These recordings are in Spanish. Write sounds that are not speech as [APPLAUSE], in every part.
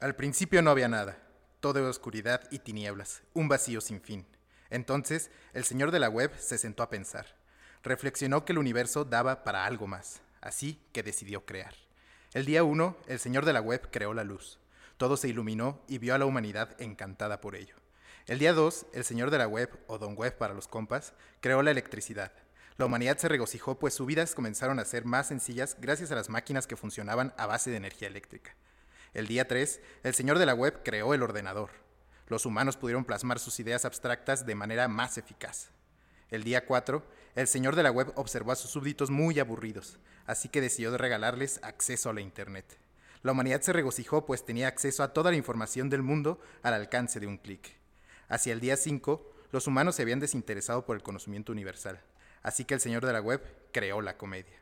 Al principio no había nada, todo era oscuridad y tinieblas, un vacío sin fin. Entonces, el señor de la web se sentó a pensar. Reflexionó que el universo daba para algo más, así que decidió crear. El día 1, el señor de la web creó la luz. Todo se iluminó y vio a la humanidad encantada por ello. El día 2, el señor de la web, o don web para los compas, creó la electricidad. La humanidad se regocijó pues sus vidas comenzaron a ser más sencillas gracias a las máquinas que funcionaban a base de energía eléctrica. El día 3, el señor de la web creó el ordenador. Los humanos pudieron plasmar sus ideas abstractas de manera más eficaz. El día 4, el señor de la web observó a sus súbditos muy aburridos, así que decidió regalarles acceso a la Internet. La humanidad se regocijó pues tenía acceso a toda la información del mundo al alcance de un clic. Hacia el día 5, los humanos se habían desinteresado por el conocimiento universal, así que el señor de la web creó la comedia.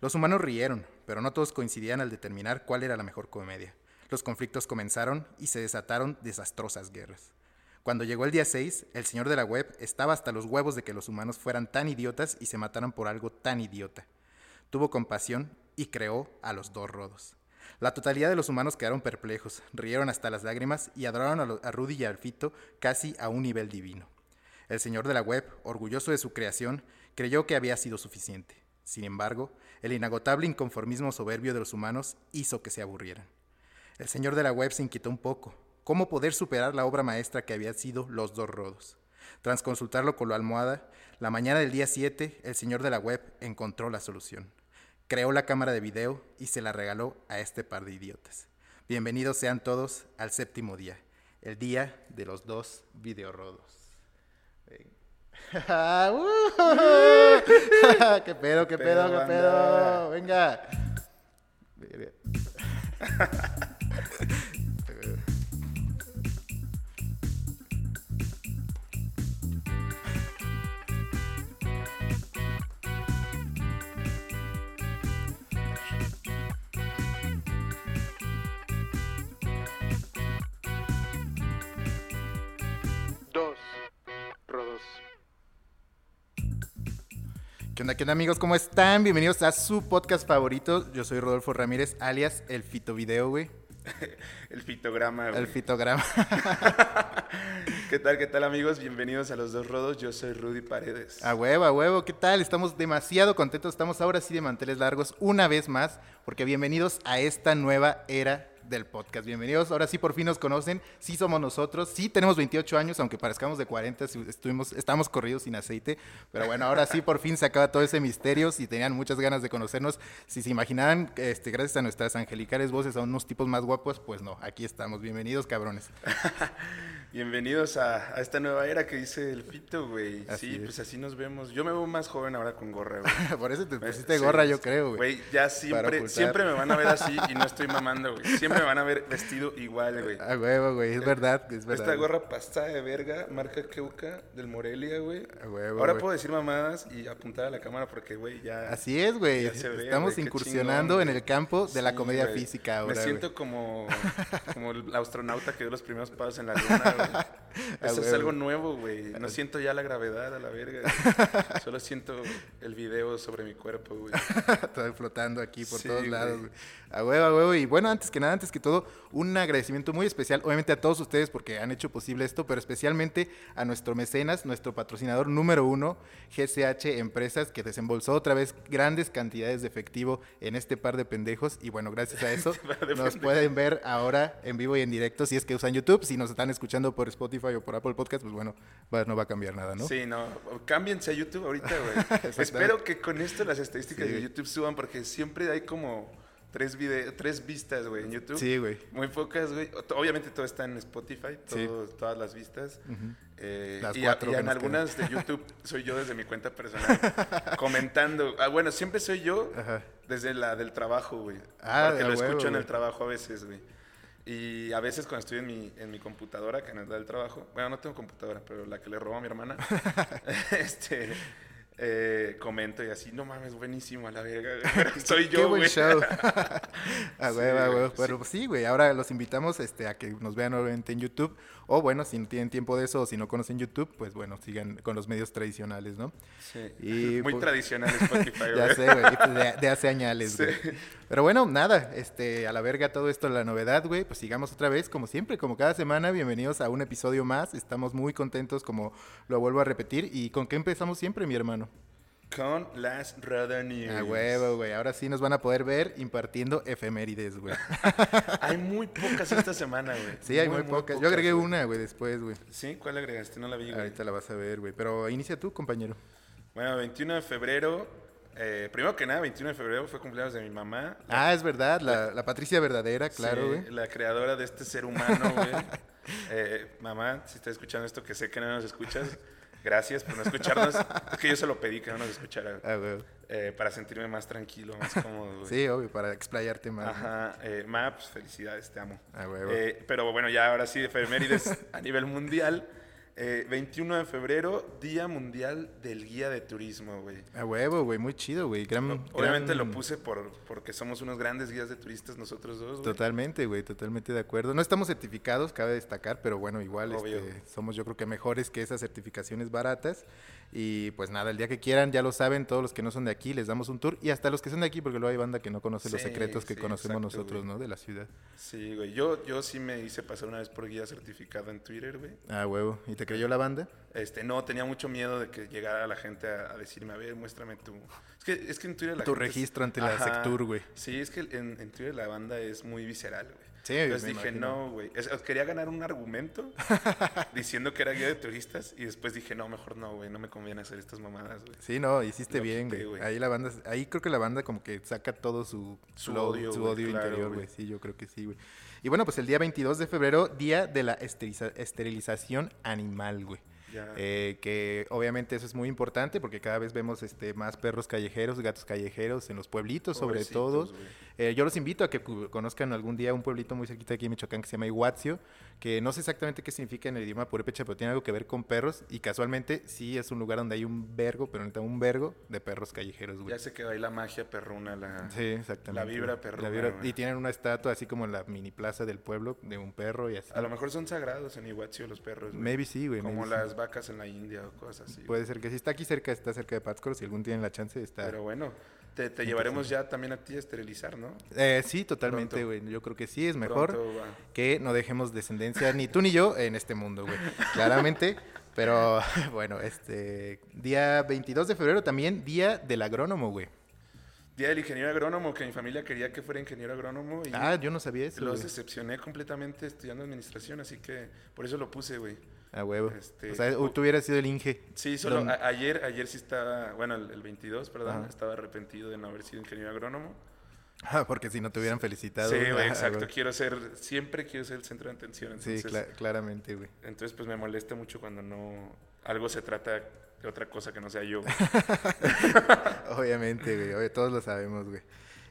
Los humanos rieron, pero no todos coincidían al determinar cuál era la mejor comedia los conflictos comenzaron y se desataron desastrosas guerras. Cuando llegó el día 6, el señor de la web estaba hasta los huevos de que los humanos fueran tan idiotas y se mataran por algo tan idiota. Tuvo compasión y creó a los dos rodos. La totalidad de los humanos quedaron perplejos, rieron hasta las lágrimas y adoraron a, lo, a Rudy y al Fito casi a un nivel divino. El señor de la web, orgulloso de su creación, creyó que había sido suficiente. Sin embargo, el inagotable inconformismo soberbio de los humanos hizo que se aburrieran. El señor de la web se inquietó un poco. ¿Cómo poder superar la obra maestra que había sido Los dos rodos? Tras consultarlo con la almohada, la mañana del día 7, el señor de la web encontró la solución. Creó la cámara de video y se la regaló a este par de idiotas. Bienvenidos sean todos al séptimo día, el día de los dos videorodos. [LAUGHS] Ven. uh! [LAUGHS] ¡Qué pedo, qué pedo, qué pedo! ¡Venga! Dos rodos. ¿Qué onda, qué onda, amigos? ¿Cómo están? Bienvenidos a su podcast favorito. Yo soy Rodolfo Ramírez, alias El Fito Video, güey. El fitograma. güey. El fitograma. ¿Qué tal, qué tal, amigos? Bienvenidos a Los Dos Rodos. Yo soy Rudy Paredes. A huevo, a huevo, ¿qué tal? Estamos demasiado contentos. Estamos ahora sí de manteles largos una vez más, porque bienvenidos a esta nueva era del podcast. Bienvenidos, ahora sí por fin nos conocen, sí somos nosotros, sí tenemos 28 años, aunque parezcamos de 40, sí estuvimos, estamos corridos sin aceite, pero bueno, ahora sí por fin se acaba todo ese misterio, si tenían muchas ganas de conocernos, si se imaginaban, este, gracias a nuestras angelicales voces, a unos tipos más guapos, pues no, aquí estamos, bienvenidos cabrones. [LAUGHS] Bienvenidos a, a esta nueva era que dice el Fito, güey. Así Sí, es. pues así nos vemos. Yo me veo más joven ahora con [LAUGHS] gorra, güey. por eso Pues te pusiste Pues Sí, gorra, yo creo, güey. Güey, ya Para siempre, ocultar. siempre me van a ver así [LAUGHS] y no estoy mamando, güey. Siempre me van a ver vestido igual, güey. A huevo, güey, es verdad, Ah, es verdad. Esta güey. gorra pasada de verga, marca Keuka, del Morelia, güey. A Ah, huevo, Ahora güey. puedo decir mamadas y apuntar a la cámara porque, güey, ya... Así es, güey. Ya se ve, Estamos güey, qué incursionando chingón, en güey. el campo de la Sí, comedia güey. física ahora. Me güey. [LAUGHS] siento como, como el astronauta que dio los primeros pasos en la luna, [LAUGHS] güey. Eso es huevo. Eh. algo nuevo, güey. No siento ya la gravedad a [LAUGHS] la verga. Solo siento el video sobre mi cuerpo, güey. Todo flotando aquí por Sí, todos lados. güey. güey. A huevo, a huevo. Y bueno, antes que nada, antes que todo, un agradecimiento muy especial, obviamente a todos ustedes porque han hecho posible esto, pero especialmente a nuestro mecenas, nuestro patrocinador número uno, GCH Empresas, que desembolsó otra vez grandes cantidades de efectivo en este par de pendejos. Y bueno, gracias [LAUGHS] a eso Este par de nos pueden ver ahora en vivo y en directo si es que usan YouTube. Si nos están escuchando por Spotify o por Apple Podcast, pues bueno, va- no va a cambiar nada, ¿no? Sí, no. Cámbiense a YouTube [LAUGHS] ahorita, güey. Espero que con esto las estadísticas Sí, de güey. YouTube suban porque siempre hay como tres, vide- tres vistas, güey, en YouTube. Sí, güey. Muy pocas, güey. O- Obviamente todo está en Spotify, Sí. todo- todas las vistas. Eh, Las y, a- cuatro y que en nos algunas de YouTube soy yo desde mi cuenta [LAUGHS] personal comentando. Ah, bueno, siempre soy yo Ajá. desde la del trabajo, güey. Ah, porque a lo huevo, escucho en güey. el trabajo a veces, güey. Y a veces cuando estoy en mi, en mi computadora, [LAUGHS] que nos da el trabajo, bueno, no tengo computadora, pero la que le robó a mi hermana, [LAUGHS] este, eh, comento y así, no mames, buenísimo a [LAUGHS] la verga, [LAUGHS] güey, pero soy Qué yo, buen güey. [LAUGHS] show. [LAUGHS] a Sí, huevo, a güey, huevo. sí. Pero pues sí, güey, ahora los invitamos este, a que nos vean obviamente en YouTube. O bueno, si no tienen tiempo de eso o si no conocen YouTube, pues bueno, sigan con los medios tradicionales, ¿no? Sí. Y, [LAUGHS] Muy pues, tradicional Spotify, [LAUGHS] güey. Ya sé, güey, y pues, de, de hace añales, [LAUGHS] Sí. güey. Pero bueno, nada, este, a la verga todo esto, la novedad, güey, pues sigamos otra vez, como siempre, como cada semana, bienvenidos a un episodio más, estamos muy contentos, como lo vuelvo a repetir, y con qué empezamos siempre, mi hermano. Con las Radar News. A huevo, güey, ahora sí nos van a poder ver impartiendo efemérides, güey. Hay muy pocas esta semana, güey. Sí, hay muy, pocas. Yo agregué güey. una, güey, después, güey. ¿Sí? ¿Cuál agregaste? No la vi, güey. Ahorita la vas a ver, güey, pero inicia tú, compañero. Bueno, 21 de febrero. eh, primero que nada, 21 de febrero fue cumpleaños de mi mamá. Ah, es verdad, la, la Patricia verdadera, claro, Sí, güey. La creadora de este ser humano, güey. [LAUGHS] Eh, mamá, si estás escuchando esto, que sé que no nos escuchas, gracias por no escucharnos. Es que yo se lo pedí que no nos escuchara. Ah, güey. eh, para sentirme más tranquilo, más cómodo, güey. Sí, obvio, para explayarte más. ¿no? Ajá, eh, ma, pues felicidades, te amo. A huevo. Eh, pero bueno, ya ahora sí, efemérides a nivel mundial. Eh, 21 de febrero, Día Mundial del Guía de Turismo, güey. A huevo, güey, muy chido, güey. Gran, Obviamente gran- lo puse por, porque somos unos grandes guías de turistas nosotros dos, güey. Totalmente, güey, totalmente de acuerdo. No estamos certificados, cabe destacar, pero bueno, igual Obvio. este, somos yo creo que mejores que esas certificaciones baratas. Y pues nada, el día que quieran, ya lo saben, todos los que no son de aquí, les damos un tour. Y hasta los que son de aquí, porque luego hay banda que no conoce los Sí, secretos que sí, conocemos exacto, nosotros, güey. ¿no? De la ciudad. Sí, güey. Yo, yo sí me hice pasar una vez por guía certificado en Twitter, güey. Ah, huevo. ¿Y te creyó la banda? Este, no, tenía mucho miedo de que llegara la gente a, a decirme, a ver, muéstrame tu... Es que, es que en Twitter la Tu gente es- registro ante la Sectur, güey. Sí, es que en, en Twitter la banda es muy visceral, güey. Sí, Entonces me dije, imagino. no, güey. Es- quería ganar [LAUGHS] un argumento diciendo que era guía de turistas y después dije, no, mejor no, güey. No me conviene hacer estas mamadas, güey. Sí, no, hiciste Lo bien, quité, güey. güey. Ahí la banda, ahí creo que la banda como que saca todo su, Su flow, odio, su güey, odio claro, interior, güey. güey. Sí, yo creo que sí, güey. Y bueno, pues el día 22 de febrero, día de la esteriza- esterilización animal, güey. Ya. Eh, que obviamente eso es muy importante porque cada vez vemos este más perros callejeros, gatos callejeros en los pueblitos, pues sobre todo. Pobrecitos, güey. Eh, yo los invito a que cu- conozcan algún día un pueblito muy cerquita de aquí en Michoacán que se llama Iguazio, que no sé exactamente qué significa en el idioma purépecha, pero tiene algo que ver con perros. Y casualmente sí es un lugar donde hay un vergo, pero neta un vergo de perros callejeros, güey. Ya se quedó ahí la magia perruna, la... Sí, exactamente. la vibra güey. perruna, güey. Y tienen una estatua así como en la mini plaza del pueblo de un perro y así. A lo mejor son sagrados en Iguazú los perros, güey. Maybe sí, güey. Como maybe sí. las vacas en la India o cosas así. güey. Puede ser que sí. Está aquí cerca, está cerca de Pátzcuaro. Si algún tienen la chance, está. Pero bueno, te, te llevaremos ya también a ti a esterilizar, ¿no? Eh, sí, totalmente, Pronto. güey. Yo creo que sí, es mejor. Pronto va. que no dejemos descendencia ni tú ni yo en este mundo, güey. Claramente. Pero [LAUGHS] bueno, este día 22 de febrero también, día del agrónomo, güey. Día del ingeniero agrónomo, que mi familia quería que fuera ingeniero agrónomo y Ah, yo no sabía eso. los güey. decepcioné completamente estudiando administración, así que por eso lo puse, güey. Ah, huevo. este, o sea, tú hubieras sido el Inge. [LAUGHS] Sí, solo Don- a- ayer, ayer sí estaba, bueno, el, el 22, perdón, Ajá. estaba arrepentido de no haber sido ingeniero agrónomo. Ah, porque si no te hubieran felicitado. sí, [LAUGHS] Ah, güey, exacto. güey. Quiero ser, siempre quiero ser el centro de atención. Sí, Entonces, cla- claramente, güey. entonces pues me molesta mucho cuando no, algo se trata de otra cosa que no sea [LAUGHS] yo. güey. Obviamente, güey. obvio, todos lo sabemos, güey.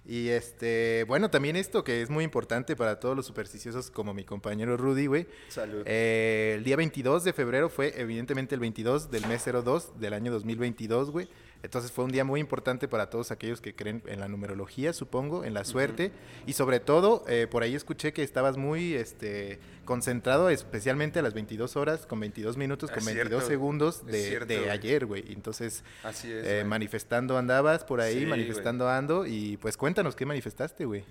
Y este, bueno, también esto que es muy importante para todos los supersticiosos como mi compañero Rudy, güey. Salud. Eh, el día 22 de febrero fue evidentemente el 22 del mes 02 del año 2022, güey. Entonces fue un día muy importante para todos aquellos que creen en la numerología, supongo, en la suerte. Y sobre todo, eh, por ahí escuché que estabas muy este, concentrado, especialmente a las 22 horas, con 22 minutos, Ah, con es 22 cierto. segundos Es de, cierto, de güey. ayer, güey. Entonces, Así es. eh, güey. manifestando andabas por ahí, Sí, manifestando ando. Y pues cuéntanos qué manifestaste, güey.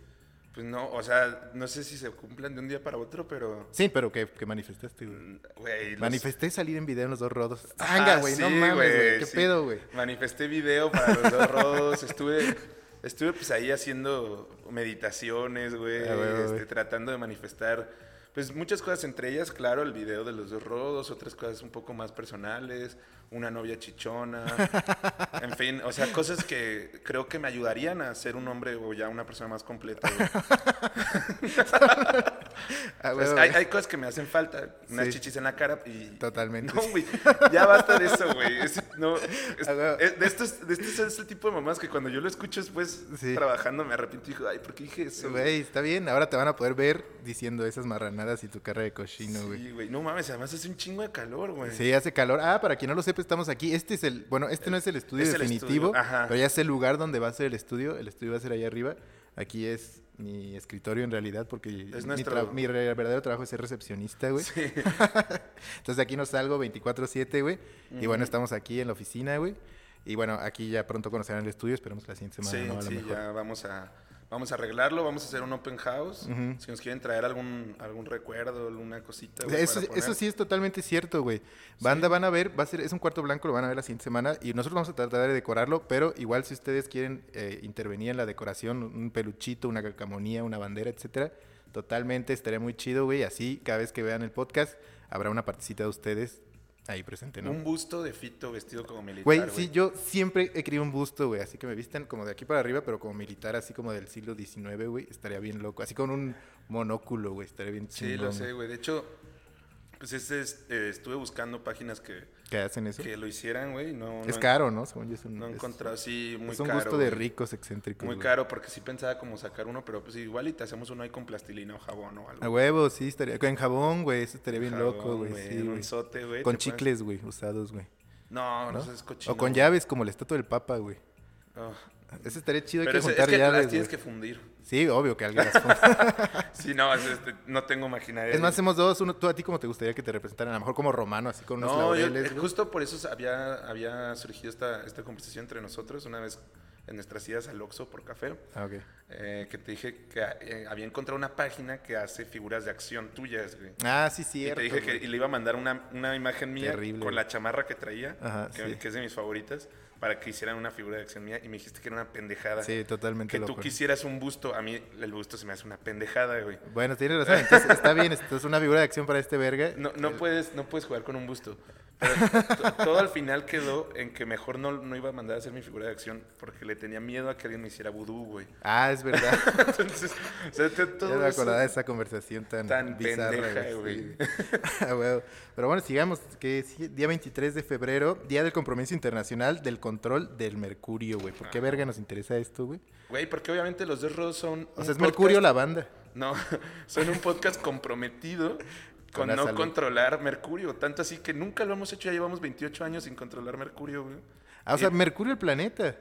Pues no, o sea, no sé si se cumplan de un día para otro, pero. Sí, pero ¿qué, qué manifestaste, güey? mm, Güey. los- Manifesté salir en video en los dos rodos. Ah, Sanga, güey, no sí, mames, güey. ¿Qué sí. pedo, güey? Manifesté video para los dos rodos. Estuve, estuve pues ahí haciendo meditaciones, güey. Ah, güey, güey, este, güey. tratando de manifestar. Pues muchas cosas, entre ellas, claro, el video de los dos rodos, otras cosas un poco más personales, una [LAUGHS] novia chichona, en fin, o sea, cosas que creo que me ayudarían a ser un hombre o ya una persona más completa. güey. Ah, Pues, güey, hay, güey. hay cosas que me hacen falta. Unas Sí. chichis en la cara y. Totalmente. No, güey. Ya basta de eso, güey. Es- no, es- A huevo. es- de estos, de estos es el tipo de mamás que cuando yo lo escucho pues, después Sí. trabajando me arrepiento y digo, ay, ¿por qué dije eso? güey?" Güey, está bien. Ahora te van a poder ver diciendo esas afortunadas y tu cara de cochino, güey. Sí, güey. No mames, además hace un chingo de calor, güey. Sí, hace calor. Ah, para quien no lo sepa, estamos aquí. Este es el, bueno, este no es el estudio Es el definitivo, estudio, ajá. pero ya es el lugar donde va a ser el estudio. El estudio va a ser ahí arriba. Aquí es mi escritorio en realidad, porque mi, nuestro- tra- mi re- verdadero trabajo es ser recepcionista, güey. [LAUGHS] Entonces de aquí no salgo 24/7, güey. Y bueno, estamos aquí en la oficina, güey. Y bueno, aquí ya pronto conocerán el estudio. Esperemos que la siguiente semana Sí, no a lo sí, mejor. ya vamos a, vamos a arreglarlo, vamos a hacer un open house. Si nos quieren traer algún, algún recuerdo, alguna cosita. güey, Eso, para poner. eso sí es totalmente cierto, güey. Banda van a ver, va a ser, es un cuarto blanco, lo van a ver la siguiente semana y nosotros vamos a tratar de decorarlo, pero igual si ustedes quieren eh, intervenir en la decoración, un peluchito, una calcamonía, una bandera, etcétera, totalmente estaría muy chido, güey. Así cada vez que vean el podcast habrá una partecita de ustedes ahí presente, ¿no? Un busto de Fito vestido como militar. Güey, sí, yo siempre he querido un busto, güey, así que me vistan como de aquí para arriba, pero como militar, así como del siglo XIX, güey, estaría bien loco, así con un monóculo, güey, estaría bien Sí, chingón. lo sé, güey. güey. De hecho, pues este es- eh, estuve buscando páginas que, ¿Qué hacen eso? que lo hicieran, güey. y No, Es no- caro, ¿no? Según yo es un, No he es- encontrado, sí, muy es un caro. gusto de güey. ricos excéntricos. Muy güey. caro, porque sí pensaba como sacar uno, pero pues igual y te hacemos uno ahí con plastilina o jabón o algo. A huevo, sí, estaría. En jabón, güey, eso Ah, estaría bien Jabón, loco, güey. sí, un güey. sote, güey, Con te pones- chicles, güey, usados, güey. No, no, ¿no? eso es cochino. o con güey. llaves, como la estatua del Papa, güey. Ah. Eso estaría chido, hay Pero que es, es juntar que llaves. las tienes güey. que fundir. Sí, obvio que [LAUGHS] alguien las junta. Sí, no, es- este, no tengo imaginaria. es más, hacemos dos. Uno, tú a ti, como te gustaría que te representaran, a lo mejor como romano, así con unos no, yo- laureles. eh, güey. justo por eso había, había surgido esta, esta conversación entre nosotros una vez en nuestras idas al Oxxo por café, Ah, ok. eh, que te dije que eh, había encontrado una página que hace figuras de acción tuyas, güey. Ah, sí, Y cierto. te dije que güey. y le iba a mandar una, una imagen mía Terrible, con güey. la chamarra que traía, Ajá, que, sí. que es de mis favoritas, para que hicieran una figura de acción mía y me dijiste que era una pendejada. Sí, totalmente que tú loco. ¿no? quisieras un busto, a mí el busto se me hace una pendejada, güey. Bueno, tienes razón. Entonces, está bien. Esto es una figura de acción para este verga. No, no, puedes, no puedes jugar con un busto. Pero to- todo al final quedó en que mejor no, no iba a mandar a hacer mi figura de acción porque le tenía miedo a que alguien me hiciera vudú, güey. [LAUGHS] Ah, es verdad. Entonces, o sea, te- todo Ya me eso- acordaba de esa conversación tan, tan bizarra, pendeja, sí. [LAUGHS] A huevo. Pero bueno, sigamos, que sí, día 23 de febrero, día del compromiso internacional del control del mercurio, güey. ¿Por qué verga nos interesa esto, güey? Güey, porque obviamente los dos rodos son... O sea, un es podcast- mercurio la banda. No, [LAUGHS] son un podcast comprometido con, [LAUGHS] Con la no salud. controlar mercurio. Tanto así que nunca lo hemos hecho, ya llevamos 28 años sin controlar mercurio, güey. Ah, o sea, Eh, mercurio el planeta.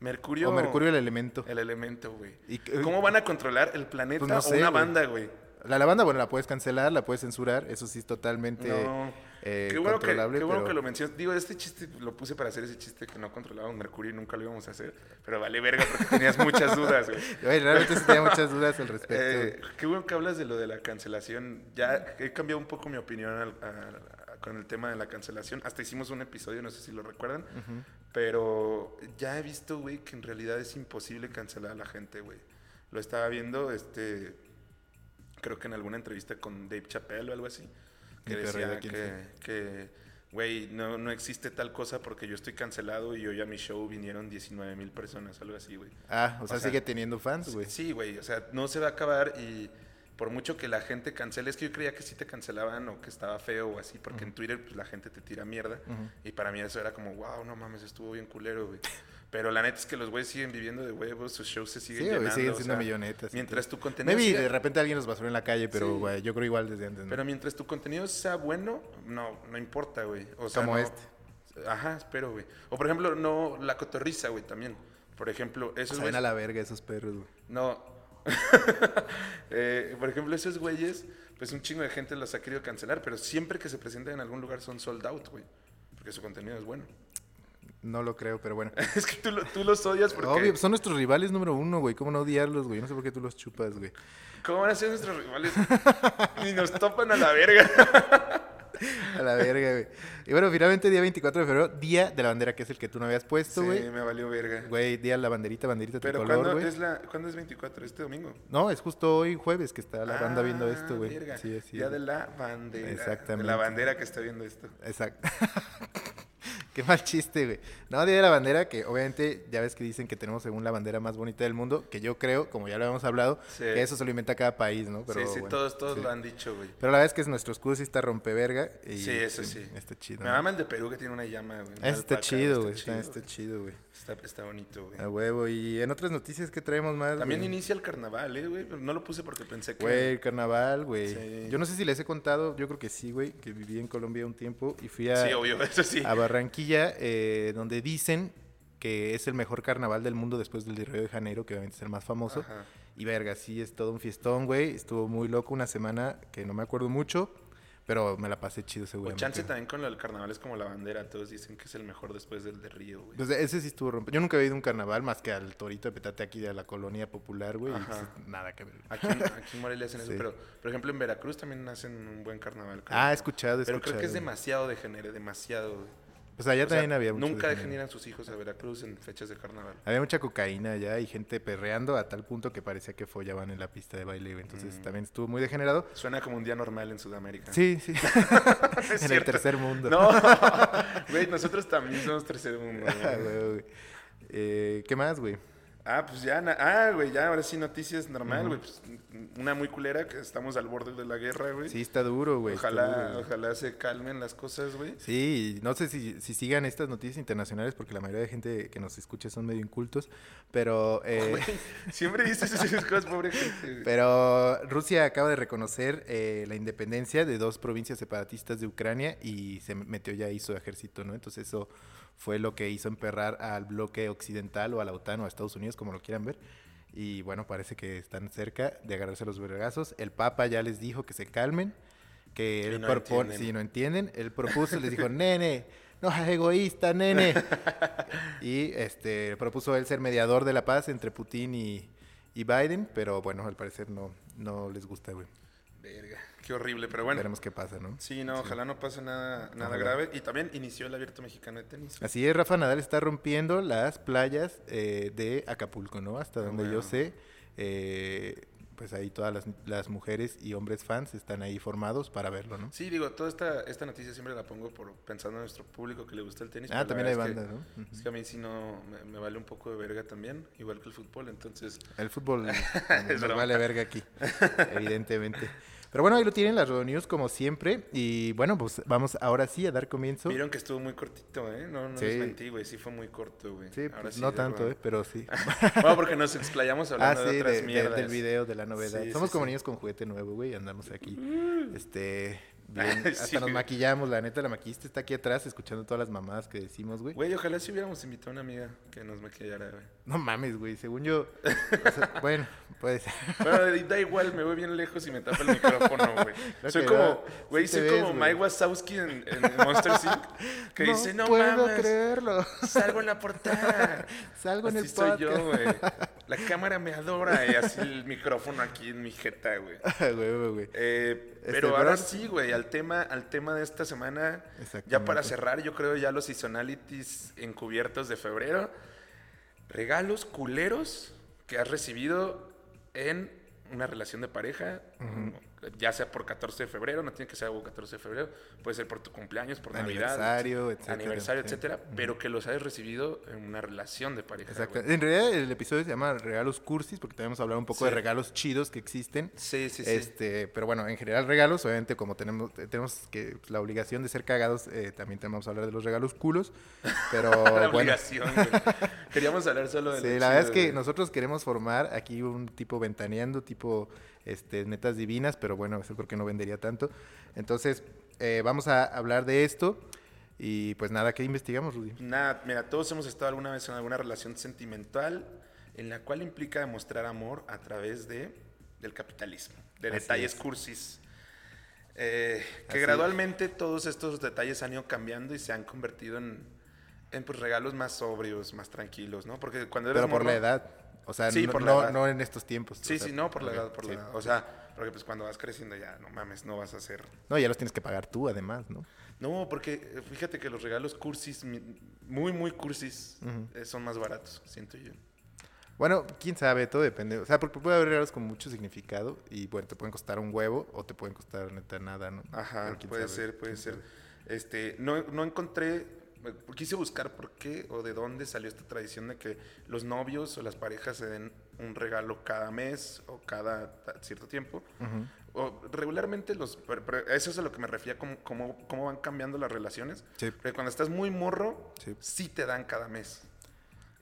mercurio... Eh. O mercurio el elemento. El elemento, güey. Y que- eh, ¿Cómo van a controlar el planeta Pues no o sé, una güey. banda, güey? La, la banda, bueno, la puedes cancelar, la puedes censurar. Eso sí es totalmente No. eh, qué bueno, que, controlable. qué bueno pero- que lo mencionas. Digo, este chiste lo puse para hacer ese chiste que no controlábamos Mercurio y nunca lo íbamos a hacer. Pero vale verga porque tenías muchas dudas, güey. Güey, realmente sí tenía [LAUGHS] muchas dudas al respecto. Eh, güey. qué bueno que hablas de lo de la cancelación. Ya he cambiado un poco mi opinión al- a- a- con el tema de la cancelación. Hasta hicimos un episodio, no sé si lo recuerdan. Pero ya he visto, güey, que en realidad es imposible cancelar a la gente, güey. Lo estaba viendo, este. Creo que en alguna entrevista con Dave Chappelle o algo así. Que Ni perra decía idea quién que, que, güey, no, no existe tal cosa porque yo estoy cancelado y hoy a mi show vinieron 19 mil personas, algo así, güey. Ah, o o sea, sea, sigue teniendo fans, güey. Sí, güey, o sea, no se va a acabar y por mucho que la gente cancele, es que yo creía que sí te cancelaban o que estaba feo o así, porque en Twitter pues, la gente te tira mierda y para mí eso era como, wow, no mames, estuvo bien culero, güey. Pero la neta es que los güeyes siguen viviendo de huevos, sus shows se siguen Sí, güey, llenando. siguen o siendo sea, millonetas, Mientras tu contenido... Maybe siga- de repente alguien los basuró en la calle, pero Sí. güey, yo creo igual desde antes, ¿no? Pero mientras tu contenido sea bueno, no, no importa, güey. O sea, Como no- este. Ajá, espero, güey. O por ejemplo, no, la cotorriza, güey, también. Por ejemplo, esos Saben güeyes- a la verga esos perros, güey. No. [LAUGHS] Eh, por ejemplo, esos güeyes, pues un chingo de gente los ha querido cancelar, pero siempre que se presentan en algún lugar son sold out, güey. Porque su contenido es bueno. [LAUGHS] No lo creo, pero bueno. es que tú, lo- tú los odias porque... Obvio, pues. son nuestros rivales número uno, güey. ¿Cómo no odiarlos, güey? No sé por qué tú los chupas, güey. ¿Cómo van a ser nuestros rivales? [LAUGHS] Ni nos topan a [LAUGHS] la verga. A la verga, güey. Y bueno, finalmente día 24 de febrero, día de la bandera, que es el que tú no habías puesto, Sí, güey. me valió verga. Güey, día de la banderita, banderita pero tricolor, ¿cuándo güey. es, la, ¿cuándo es 24? ¿Este domingo? No, es justo hoy jueves que está la banda Ah, viendo esto, güey. verga. Sí, sí. Día de la bandera. De Exactamente. la bandera que está viendo esto. Exacto. [LAUGHS] Qué mal chiste, güey. No, Día de la Bandera, que obviamente ya ves que dicen que tenemos según la bandera más bonita del mundo, que yo creo, como ya lo habíamos hablado, Sí. que eso se lo inventa cada país, ¿no? sí, sí, bueno, todos, todos sí. lo han dicho, güey. Pero la verdad es que es nuestro escudo sí está rompeverga. Y, Sí, eso sí. Está chido. Me ¿no? mama el de Perú que tiene una llama, güey. una Ese está alpaca, chido, güey. Está, chido. está chido, güey. Está, está bonito, güey. A huevo. Y en otras noticias que traemos más. También Ah, güey? inicia el carnaval, eh, güey. Pero No lo puse porque pensé que. Güey, el carnaval, güey. Sí. Yo no sé si les he contado, yo creo que sí, güey, que viví en Colombia un tiempo y fui a, Sí, obvio, [LAUGHS] eso sí. a Barranquilla, eh, donde dicen que es el mejor carnaval del mundo después del de Río de Janeiro, que obviamente es el más famoso. Ajá. Y verga, sí, es todo un fiestón, güey. Estuvo muy loco una semana que no me acuerdo mucho, pero me la pasé chido, O seguramente. Pues chance también con lo del carnaval es como la bandera. Todos dicen que es el mejor después del de [LAUGHS] Río, güey. Entonces, ese sí estuvo rompe. Yo nunca he ido a un carnaval más que al torito de petate aquí de la colonia popular, güey. y Ajá. Ah, pues, Nada que ver. Aquí, en- aquí en Morelia hacen eso, Sí. pero por ejemplo en Veracruz también hacen un buen carnaval. creo. Ah, he escuchado, he pero creo que es escuchado. demasiado degenere, demasiado. güey. Pues allá O sea, también había mucho Nunca degenere. dejen ir a sus hijos a Veracruz en fechas de carnaval. Había mucha cocaína allá y gente perreando a tal punto que parecía que follaban en la pista de baile. güey. Entonces Mm. también estuvo muy degenerado. Suena como un día normal en Sudamérica. [LAUGHS] Sí, sí. Ah. [LAUGHS] Es en el cierto. tercer mundo. No, güey, nosotros también somos tercer mundo. güey. [LAUGHS] Ah, güey, güey. Eh, ¿Qué más, güey? Ah, pues ya, na- ah, güey, ya, ahora sí noticias normal, güey. pues, una muy culera que estamos al borde de la guerra, güey. Sí, está duro, güey. está ojalá, duro, güey. ojalá se calmen las cosas, güey. Sí, y no sé si, si sigan estas noticias internacionales porque la mayoría de gente que nos escucha son medio incultos, pero eh, [LAUGHS] Güey, Siempre dices esas cosas, pobre gente. güey. Pero Rusia acaba de reconocer eh, la independencia de dos provincias separatistas de Ucrania y se metió ya ahí su ejército, ¿no? Entonces eso fue lo que hizo emperrar al bloque occidental o a la OTAN o a Estados Unidos, como lo quieran ver. Y bueno, parece que están cerca de agarrarse los vergazos. El Papa ya les dijo que se calmen, que Y él no propone, entienden. si no entienden, él propuso, les dijo, [LAUGHS] nene, no seas egoísta, [LAUGHS] nene. Y este propuso él ser mediador de la paz entre Putin y, y Biden, pero bueno, al parecer no, no les gusta, güey. Verga, qué horrible, pero bueno. Veremos qué pasa, ¿no? Sí, no, ojalá no pase nada, nada Ojalá. grave. Y también inició el abierto mexicano de tenis. güey. Así es, Rafa Nadal está rompiendo las playas eh, de Acapulco, ¿no? Hasta Ah, donde yo bueno. sé, eh, pues ahí todas las, las mujeres y hombres fans están ahí formados para verlo, ¿no? Sí, digo, toda esta, esta noticia siempre la pongo por pensando en nuestro público que le gusta el tenis. ah, pero también la hay verdad es bandas, que- ¿no? Ujú. Es que a mí sí no, me, me vale un poco de verga también, igual que el fútbol, entonces... El [LAUGHS] fútbol Es nos broma. vale verga aquí, evidentemente. Pero bueno, ahí lo tienen las reuniones como siempre. Y bueno, pues vamos ahora sí a dar comienzo. Vieron que estuvo muy cortito, ¿eh? No, no Sí. les mentí, güey, sí fue muy corto, güey. Sí, Ahora pues, sí, no de tanto, verdad. eh, pero sí. Bueno, porque nos explayamos ah, hablando sí, de de- otras de- mierdas. del video, de la novedad. Sí, Somos sí, como sí. Mm. niños con juguete nuevo, güey, andamos aquí. Este, [LAUGHS] bien, Sí, hasta nos güey. maquillamos, la neta, la maquillista está aquí atrás escuchando todas las mamadas que decimos, güey. Güey, ojalá si hubiéramos invitado a una amiga que nos maquillara, güey. No mames, güey, según [LAUGHS] yo. o sea, bueno, pues. Bueno, da igual, me voy bien lejos y me tapa el micrófono, [LAUGHS] güey. Creo Soy que como, va. güey, Sí te soy ves, como güey. Mike Wazowski en, en Monster Inc. Que dice, no puedo mames, creerlo. [LAUGHS] salgo en la portada. Salgo en así el soy podcast. yo, güey. La cámara me adora y así el micrófono aquí en mi jeta, güey. [LAUGHS] Ah, güey, güey, güey. Eh, Este, pero pero ahora ahora- sí, güey, al tema, al tema de esta semana, ya Exactamente. para cerrar, yo creo ya los seasonalities encubiertos de febrero, regalos culeros que has recibido en una relación de pareja, ya sea por 14 de febrero, no tiene que ser algo 14 de febrero, puede ser por tu cumpleaños, por Aniversario, Navidad, etcétera, aniversario, sí. etcétera, pero que los hayas recibido en una relación de pareja. Exacto. güey. En realidad el episodio se llama Regalos Cursis porque también vamos a hablar un poco de Sí. regalos chidos que existen. Sí, sí, sí. Este, pero bueno, en general regalos, obviamente como tenemos eh, tenemos que pues, la obligación de ser cagados, eh, también te vamos a hablar de los regalos culos, [LAUGHS] pero [LAUGHS] La bueno, obligación, [LAUGHS] güey. Queríamos hablar solo de sí, lo la verdad es chido, que güey. nosotros queremos formar aquí un tipo ventaneando, tipo este netas divinas, pero bueno, eso porque no vendería tanto. Entonces, eh, vamos a hablar de esto y pues nada, ¿qué investigamos, Rudy? Nada, mira, todos hemos estado alguna vez en alguna relación sentimental en la cual implica demostrar amor a través de, del capitalismo, de Así detalles es. cursis. Eh, que Así gradualmente todos estos detalles han ido cambiando y se han convertido en, en, pues, regalos más sobrios, más tranquilos, ¿no? Porque cuando eres Pero por la morro- edad, o sea, Sí, no, por la no- edad. no en estos tiempos. o Sí, sea, sí, no, por la ok, edad, por sí. la edad. O sea, porque pues cuando vas creciendo ya, no mames, no vas a ser No, ya los tienes que pagar tú además, ¿no? No, porque eh, fíjate que los regalos cursis, mi- muy, muy cursis, eh, son más baratos, siento yo. Bueno, quién sabe, todo depende. O sea, porque puede haber regalos con mucho significado y bueno, te pueden costar un huevo o te pueden costar neta nada, ¿no? Ajá, Pero quién puede sabe, ser, pues, puede quién ser. sabe. Este, no, no encontré quise buscar por qué o de dónde salió esta tradición de que los novios o las parejas se den un regalo cada mes o cada ta- cierto tiempo. O regularmente los... pero- pero eso es a lo que me refiero, cómo, cómo, cómo van cambiando las relaciones. Sí. Porque cuando estás muy morro, Sí. sí, te dan cada mes.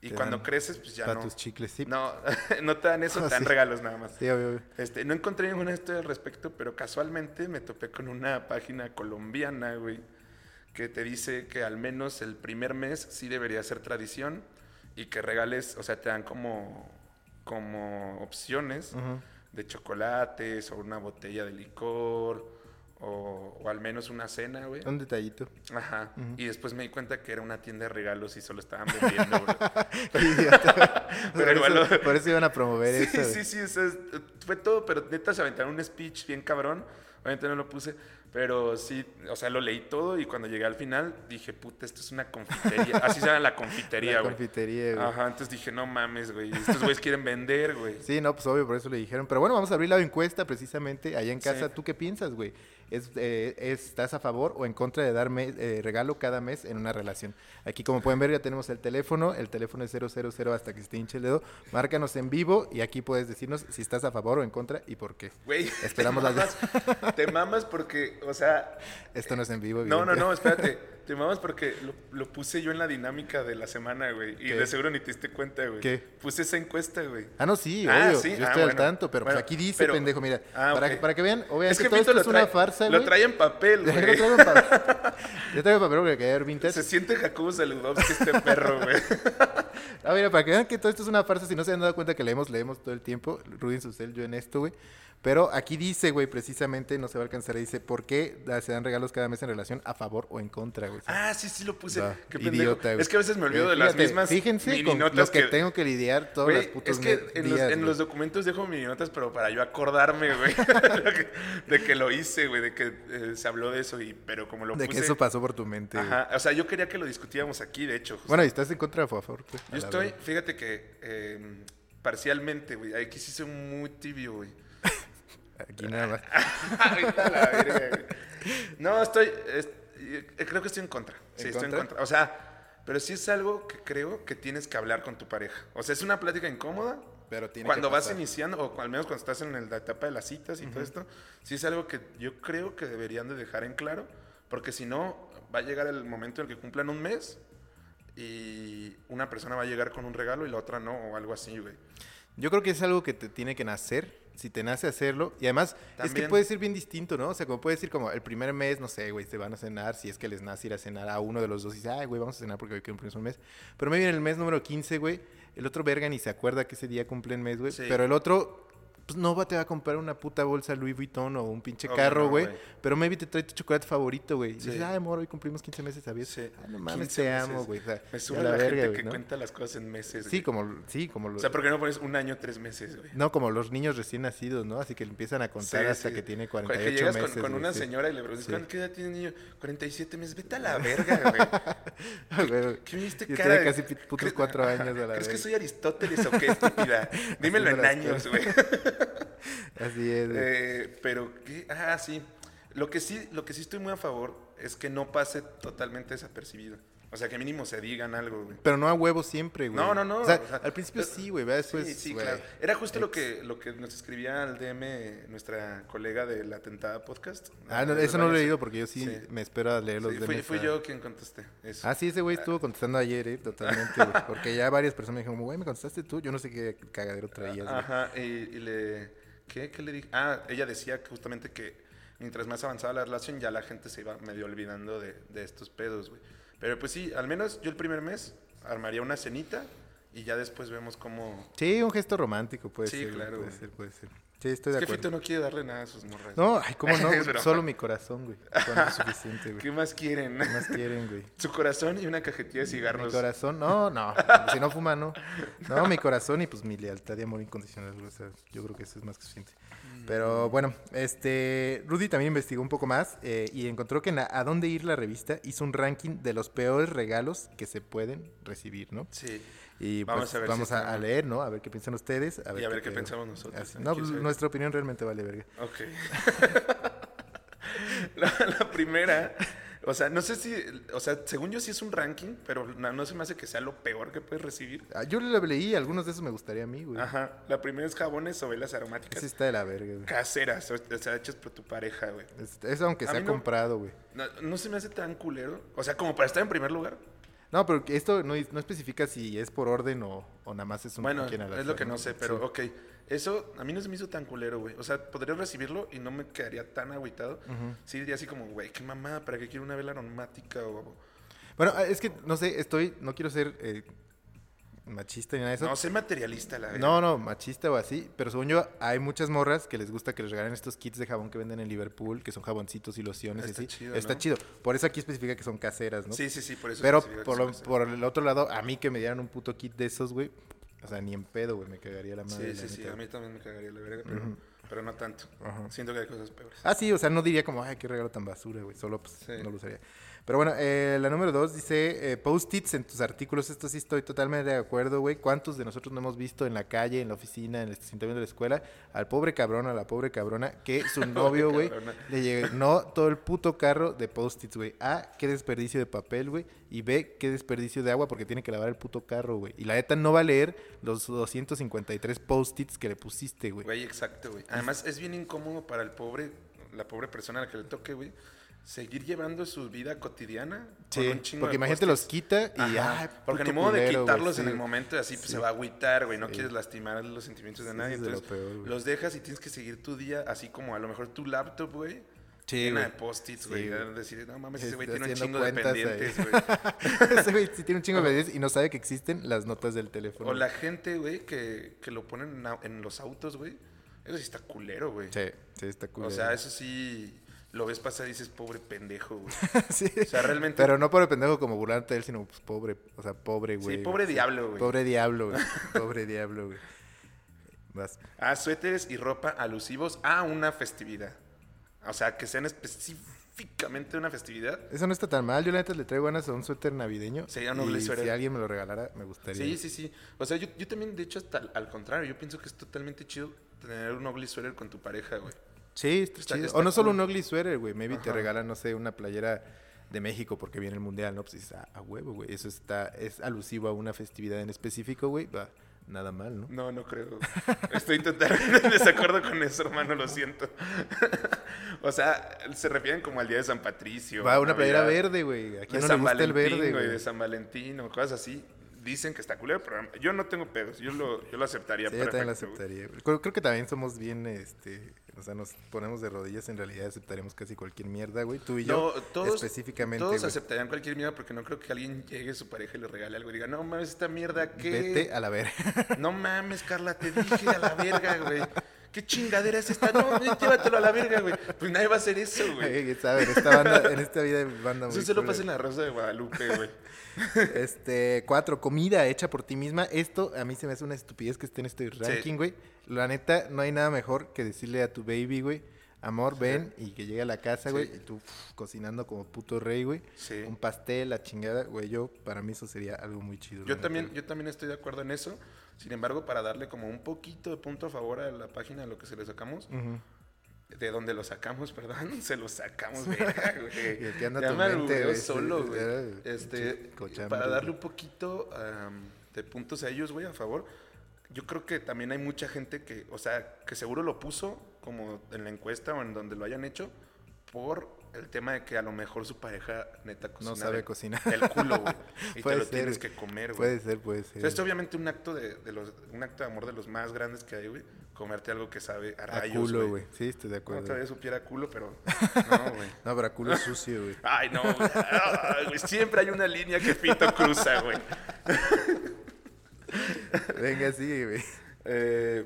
Y Te cuando dan creces, pues ya pa' no. tus chicles, sí. No, [LAUGHS] no te [LAUGHS] dan eso, te dan Sí. regalos nada más. Sí, obvio, obvio. Este, no encontré ninguna historia al respecto, pero casualmente me topé con una página colombiana, güey, que te dice que al menos el primer mes sí debería ser tradición y que regales, o sea, te dan como, como opciones de chocolates o una botella de licor o, o al menos una cena, güey. Un detallito. Ajá. Y después me di cuenta que era una tienda de regalos y solo estaban vendiendo, güey. Qué [LAUGHS] idiota. [LAUGHS] Pero por, igual eso, lo- por eso iban a promover Sí, eso. sí, güey. sí, o sea, es- eh, fue todo, pero neta se aventaron un speech bien cabrón. Obviamente no lo puse, pero sí, o sea, lo leí todo y cuando llegué al final dije, puta, esto es una confitería. Así se llama la confitería, La güey. confitería, güey. Ajá, entonces dije, no mames, güey, estos güeyes quieren vender, güey. Sí, no, pues obvio, por eso le dijeron. Pero bueno, vamos a abrir la encuesta precisamente allá en casa. Sí. ¿Tú qué piensas, güey? ¿Es, eh, ¿Estás a favor o en contra de darme eh, regalo cada mes en una relación? Aquí, como pueden ver, ya tenemos el teléfono. El teléfono es 000 hasta que se te hinche el dedo. Márcanos en vivo y aquí puedes decirnos si estás a favor o en contra y por qué. Güey, Esperamos [LAUGHS] te las mamas, te mamas porque, o sea, Esto no es en vivo, no, no, evidentemente. no, espérate, te mamas porque lo, lo puse yo en la dinámica de la semana, güey, y ¿Qué? de seguro ni te diste cuenta, güey. ¿Qué? Puse esa encuesta, güey. Ah, no, sí, Ah, obvio. sí, Yo ah, estoy al bueno. tanto, pero pues, Bueno, aquí dice, pero- pendejo, mira. Ah, para, ok. que, para que vean, obviamente todo Fito esto es una trae- farsa, Lo güey. trae en papel, Yo güey. traigo papel. [LAUGHS] Yo traigo papel porque quería ver vintage. Se siente Jacobo Saludowski este perro, güey. Ah, mira, para que vean que todo esto es una farsa, si no se han dado cuenta que leemos, leemos todo el tiempo, Rubén Susel, yo en esto, güey. Pero aquí dice, güey, precisamente, no se va a alcanzar, dice, ¿por qué da- se dan regalos cada mes en relación a favor o en contra, güey? [LAUGHS] Ah, sí, sí lo puse. Va, Qué pendejo. idiota, güey. es que a veces me olvido Eh, de las fíjate, mismas Fíjense con lo mininotas que, tengo que lidiar todos Güey, los putos es que me- en, días, los, en güey. los documentos dejo mininotas, pero para yo acordarme, güey, [LAUGHS] de que lo hice, güey, de que eh, se habló de eso, y, pero como lo De puse... que eso pasó por tu mente, güey. Ajá, o sea, yo quería que lo discutíamos aquí, de hecho. justo. Bueno, y estás en contra o a favor, güey, a Yo la estoy, verga. fíjate que eh, parcialmente, güey, aquí sí soy muy tibio, güey. Aquí nada [LAUGHS] más. Ahorita la verga, güey. No, estoy. es- eh, creo que estoy en contra. ¿En Sí, estoy en contra? contra. O sea, pero sí es algo que creo que tienes que hablar con tu pareja. O sea, es una plática incómoda. Pero tiene que Cuando vas pasar. iniciando, o cu- al menos cuando estás en el- la etapa de las citas y todo esto, sí es algo que yo creo que deberían de dejar en claro. Porque si no, va a llegar el momento en el que cumplan un mes y una persona va a llegar con un regalo y la otra no, o algo así, güey. Yo creo que es algo que te tiene que nacer, si te nace hacerlo. Y además, es que También. puede ser bien distinto, ¿no? O sea, como puede ser como el primer mes, no sé, güey, se van a cenar, si es que les nace ir a cenar a uno de los dos y dice, ay, güey, vamos a cenar porque hoy cumplimos un mes. Pero me viene el mes número 15, güey, el otro verga ni se acuerda que ese día cumple el mes, güey. Sí. Pero el otro, pues no va, te va a comprar una puta bolsa Louis Vuitton o un pinche Obvio carro, Oh, no, güey. güey. pero maybe te trae tu chocolate favorito, güey. Y Sí. dices, ay, amor, hoy cumplimos 15 meses, ¿sabías? Sí. Ay, no mames, 15 te meses. amo, güey. O sea, y Me a sube la, gente güey, que ¿no? cuenta las cosas en meses. Sí, güey. como, sí, como O sea, ¿por qué no pones un año, tres meses, güey? No, como los niños recién nacidos, ¿no? Así que le empiezan a contar Sí, hasta sí. que tiene Cu- 48 que llegas con- meses. Con, güey, una sí. señora y le preguntas, Sí. "¿Cuán- ¿qué edad tiene el niño? 47 meses, vete a la verga, güey. [LAUGHS] [LAUGHS] Güey, ¿Qué viste Yo cara? tenía de- casi pi- putos ¿Crees- cuatro años a la ¿Crees verga. que soy Aristóteles o qué [LAUGHS] estúpida? Dímelo en Haciendo las años, [LAUGHS] güey. Así es. güey. Eh, pero, ¿qué? Ah, sí. Lo que sí. Lo que sí estoy muy a favor es que no pase totalmente desapercibido. O sea, que mínimo se digan algo, güey. Pero no a huevo siempre, güey. No, no, no, O sea, o sea, al principio pero- sí, güey. ¿verdad? Después, sí, sí, Pues, güey, claro. Era justo lo que, lo que nos escribía al DM nuestra colega de la Atentada Podcast. Ah, no, Ana eso no lo he Ordóñez. leído porque yo sí, Sí. me espero a leer los Sí, de fui, mesa. fui yo quien contesté. Eso. Ah, sí, ese güey estuvo contestando ayer, ¿eh? Totalmente, güey. Porque ya varias personas me dijeron, güey, me contestaste tú. Yo no sé qué cagadero traías, güey. Ajá, y, y le... ¿Qué? ¿Qué le dije? Ah, ella decía que justamente que mientras más avanzaba la relación ya la gente se iba medio olvidando de, de estos pedos, güey. Pero pues sí, al menos yo el primer mes armaría una cenita y ya después vemos cómo... Sí, un gesto romántico puede Sí, ser. güey, claro, Puede güey. ser, puede ser. Sí, estoy de Es que acuerdo. Fito no quiere darle nada a sus morras. No, ay, cómo [LAUGHS] no, Es güey? broma. solo mi corazón, güey. Con es suficiente, güey. [LAUGHS] ¿Qué más quieren? ¿Qué más quieren, güey? [LAUGHS] Su corazón y una cajetilla de Mi cigarros. corazón, no, no. Si no fuma, no. No, mi corazón y pues mi lealtad y amor incondicional. güey, o sea, yo creo que eso es más que suficiente. Mm. Pero bueno, este. Rudy también investigó un poco más eh, y encontró que en la- A Dónde Ir la revista hizo un ranking de los peores regalos que se pueden recibir, ¿no? Sí. Y pues, vamos, a, Vamos a ver si está- a leer, ¿no? A ver qué piensan ustedes. A ver Y a ver qué pedo. pensamos nosotros, ¿eh? Así- ¿no? No, pues, Quiero saber. nuestra [LAUGHS] opinión realmente vale verga. Ok. la, la primera O sea, no sé si, o sea, según yo sí es un ranking, pero no, no se me hace que sea lo peor que puedes recibir. Ah, Yo le leí, algunos de esos me gustaría a mí, güey. Ajá. La primera es jabones o velas aromáticas Ese está de la verga, güey. caseras, o o sea, hechas por tu pareja, güey. Es, es aunque A sea mí no- comprado, güey. No, no se me hace tan culero. O sea, como para estar en primer lugar. No, pero que esto no, no especifica si es por orden o, o nada más es un Bueno, quién al es azar, lo que no sé, pero Sí. ok. Eso a mí no se me hizo tan culero, güey. O sea, podría recibirlo y no me quedaría tan agüitado. Sí, diría así como, güey, qué mamá, ¿para qué quiero una vela aromática? O... Bueno, ah, es que no sé, estoy, no quiero ser eh, machista ni nada de eso. No, sé materialista la vela. No, no, machista o así, pero según yo hay muchas morras que les gusta que les regalen estos kits de jabón que venden en Liverpool, que son jaboncitos y lociones Está y así. chido, Está ¿no? chido. Por eso aquí especifica que son caseras, ¿no? Sí, sí, sí, por eso. Pero especifica que por, son lo- caseras. por el otro lado, a mí que me dieran un puto kit de esos, güey, o sea, ni en pedo, güey, me cagaría la madre. Sí, la sí, sí, neta. a mí también me cagaría la verga, pero, pero no tanto. Siento que hay cosas peores. Ah, sí, o sea, no diría como, ay, qué regalo tan basura, güey. Solo pues, Sí. no lo usaría. Pero bueno, eh, la número dos dice, eh, post-its en tus artículos. Esto sí estoy totalmente de acuerdo, güey. ¿Cuántos de nosotros no hemos visto en la calle, en la oficina, en el estacionamiento de la escuela, al pobre cabrón, a la pobre cabrona, que [LAUGHS] su novio, güey, cabrona. le llenó todo el puto carro de post-its, güey? A, qué desperdicio de papel, güey. Y B, qué desperdicio de agua porque tiene que lavar el puto carro, güey. Y la neta no va a leer los 253 post-its que le pusiste, güey. Güey, exacto, güey. Además, es bien incómodo para el pobre, la pobre persona a la que le toque, güey, seguir llevando su vida cotidiana. con Sí, un chingo porque de imagínate los post-its. quita y Ajá, ay, porque puto ni modo de culero, güey, quitarlos sí. en el momento, así pues, se va a agüitar, güey. No quieres lastimar los sentimientos de Sí, nadie. eso es de lo Entonces, peor, güey. los dejas y tienes que seguir tu día, así como a lo mejor tu laptop, güey. Sí, llena güey. de post-its, Sí, güey. güey. Decir, no mames, ese güey Está tiene un haciendo chingo de cuentas ahí. pendientes, güey. [LAUGHS] Ese güey sí tiene un chingo de videos y no sabe que existen las notas del teléfono. O la gente, güey, que, que lo ponen en au- en los autos, güey. Eso sí está culero, güey. Sí, sí, está cool. O sea, eso sí lo ves pasar y dices, pobre pendejo, güey. [LAUGHS] sí. O sea, realmente. Pero no por el pendejo como burlante de él, sino pues, pobre, o sea, pobre, sí, güey. pobre diablo, güey. Pobre diablo, [LAUGHS] güey. Pobre diablo, güey. Vas. Ah, suéteres y ropa alusivos a una festividad. O sea, que sean específicamente una festividad. Eso no está tan mal. Yo la neta le traigo ganas a un suéter navideño. Sería un noble y suéter. Si alguien me lo regalara, me gustaría. Sí, sí, sí. O sea, yo, yo también, de hecho, hasta al, al contrario, yo pienso que es totalmente chido tener un ugly sweater con tu pareja, güey. Sí, está Está- chido. está o no solo cool. un ugly sweater, güey. Maybe te Ajá. regalan, no sé, una playera de México porque viene el mundial, ¿no? Pues dices, "Ah, a huevo, güey. Eso está, es alusivo a una festividad en específico, güey. Va, nada mal, ¿no? No, [LAUGHS] no creo. Estoy totalmente en desacuerdo con eso, hermano, lo siento. [LAUGHS] o sea, se refieren como al Día de San Patricio. Va, una playera Navidad, verde, güey. ¿A De quién no le San gusta el Valentín, verde, güey, güey? de San Valentín o cosas así. Dicen que está culero, pero yo no tengo pedos. Yo lo, yo lo aceptaría. Sí, yo también la perfecto, güey. aceptaría. güey. Creo, creo que también somos bien, este... O sea, nos ponemos de rodillas. En realidad aceptaremos casi cualquier mierda, güey. Tú y yo, No, todos, específicamente, todos güey. aceptarían cualquier mierda porque no creo que alguien llegue a su pareja y le regale algo y diga, no mames, esta mierda, ¿qué? Vete a la verga. No mames, Carla, te dije a la verga, güey. ¿Qué chingadera es esta? No, güey, llévatelo a la verga, güey. Pues nadie va a hacer eso, güey. [LAUGHS] Güey, ¿sabes? En esta banda, en esta vida de banda muy Eso se lo cool, pasa güey. en la Rosa de Guadalupe, güey. Este, cuatro, comida hecha por ti misma. Esto a mí se me hace una estupidez que esté en este ranking, güey. La neta, no hay nada mejor que decirle a tu baby, güey, amor, ven y que llegue a la casa, güey, Sí. y tú uf, cocinando como puto rey, güey. Sí. Un pastel, la chingada, güey. Yo, para mí eso sería algo muy chido. la Yo neta, también, güey. yo también estoy de acuerdo en eso. Sin embargo, para darle como un poquito de punto a favor a la página de lo que se le sacamos, Ujú. de donde lo sacamos, [LAUGHS] perdón, se lo [LAUGHS] sacamos, verga, güey. Y aquí anda Ya tu me mente, albureó güey, solo, sí, güey. ya, Este, pinche cochambre, para darle güey. un poquito am, de puntos a ellos, güey, a favor. Yo creo que también hay mucha gente que, o sea, que seguro lo puso como en la encuesta o en donde lo hayan hecho por el tema de que a lo mejor su pareja neta cocina No sabe del- [LAUGHS] cocinar. [LAUGHS] del culo, güey. Y te Puede lo ser, tienes güey. que comer, güey. Puede ser, puede O ser. sea, es obviamente un acto de, de los, un acto de amor de los más grandes que hay, güey. Comerte algo que sabe a a rayos, culo, güey. güey. Sí, estoy de Como acuerdo. todavía supiera [LAUGHS] culo, pero no, güey. No, pero a [LAUGHS] culo es sucio, güey. Ay, no, güey. Ay, güey. Siempre hay una línea que Fito cruza, güey. Venga, sí, güey. Eh,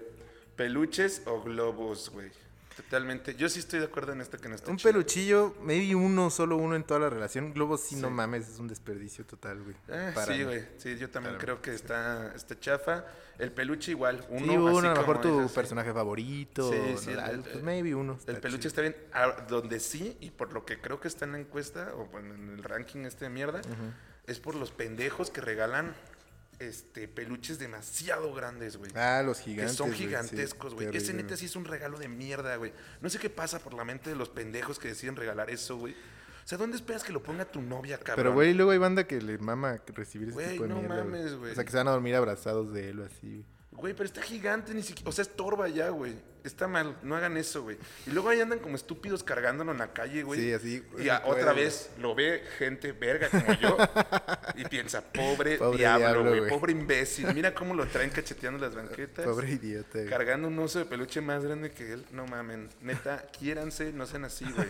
peluches o globos, güey. Totalmente. Yo sí estoy de acuerdo en esta que no está Un chida. peluchillo, maybe uno, solo uno en toda la relación. Globo, sí, no Sí. mames, es un desperdicio total, güey. Ah, Para sí, mí. güey. Sí, yo también Para mí, creo que está, está chafa. El peluche igual. Uno, Sí, uno, así a lo mejor como tu dices, personaje favorito. Sí, Sí, sí, sí. el- el- pues maybe uno. El peluche está bien. Ah, donde sí, y por lo que creo que está en la encuesta, o bueno, en el ranking este de mierda, es por los pendejos que regalan este peluches demasiado grandes, güey. chido. Ah, los gigantes. que son güey, sí, gigantescos, güey. Ese terrible, neta sí es un regalo de mierda, güey. No sé qué pasa por la mente de los pendejos que deciden regalar eso, güey. O sea, ¿dónde esperas que lo ponga tu novia, cabrón? Pero, güey, luego hay banda que le mama recibir ese Güey, tipo de no mierda, mames, güey. O sea, que se van a dormir abrazados de él o así. Güey, pero está gigante, ni siquiera. O sea, estorba ya, güey. Está mal, no hagan eso, güey. Y luego ahí andan como estúpidos cargándolo en la calle, güey. Sí, así, Y a- güey, otra güey. vez lo ve gente verga como yo y piensa, [LAUGHS] pobre, Pobre diablo, diablo, güey. güey. Pobre imbécil. Mira cómo lo traen cacheteando las banquetas. Pobre idiota. güey. Cargando un oso de peluche más grande que él. No mamen. Neta, quiéranse, no sean así, güey.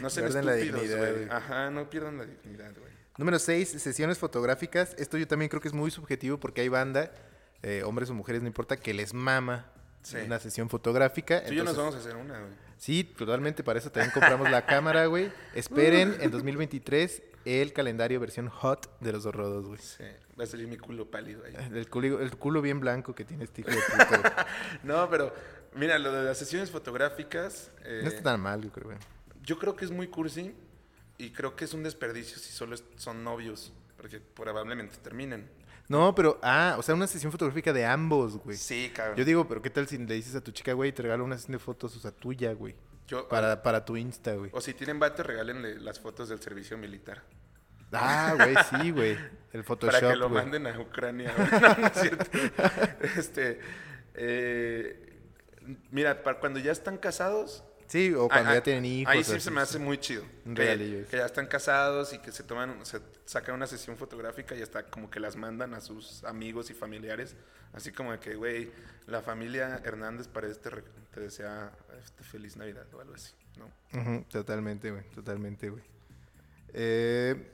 No sean Pierden la estúpidos, dignidad, güey. güey. Ajá, no pierdan la dignidad, güey. Número 6, sesiones fotográficas. Esto yo también creo que es muy subjetivo porque hay banda, eh, hombres o mujeres, no importa, que les mama Sí. una sesión fotográfica. Tú y yo nos Entonces, vamos a hacer una, güey. Sí, totalmente, para eso también compramos la cámara, güey. Esperen en 2023 el calendario versión hot de los dos rodos, güey. Sí, va a salir mi culo pálido ahí. El culo, el culo bien blanco que tiene este hijo de puta, güey. No, pero mira, lo de las sesiones fotográficas, eh, No está tan mal, yo creo, güey. yo creo que es muy cursi y creo que es un desperdicio si solo es- son novios, porque probablemente terminen. No, pero, ah, o sea, una sesión fotográfica de ambos, güey. Sí, cabrón. Yo digo, pero ¿qué tal si le dices a tu chica, güey, te regalo una sesión de fotos, o sea, tuya, güey? Yo- Para, para tu Insta, güey. O si tienen bate, regálenle las fotos del servicio militar. Ah, güey, sí, güey. El Photoshop, para que lo güey. manden a Ucrania. güey. [LAUGHS] No, no es cierto. [LAUGHS] Este, eh, mira, para cuando ya están casados, Sí, o cuando Ah, ah, ya tienen hijos. Ahí sí así, se me hace muy chido. Un Que, regalillo, que ya están casados y que se toman, se sacan una sesión fotográfica y hasta como que las mandan a sus amigos y familiares. Así como de que, güey, la familia Hernández Paredes te, re- te desea este, feliz Navidad o algo así, [LAUGHS] ¿no? Ujú, totalmente, güey. Totalmente, güey. Eh,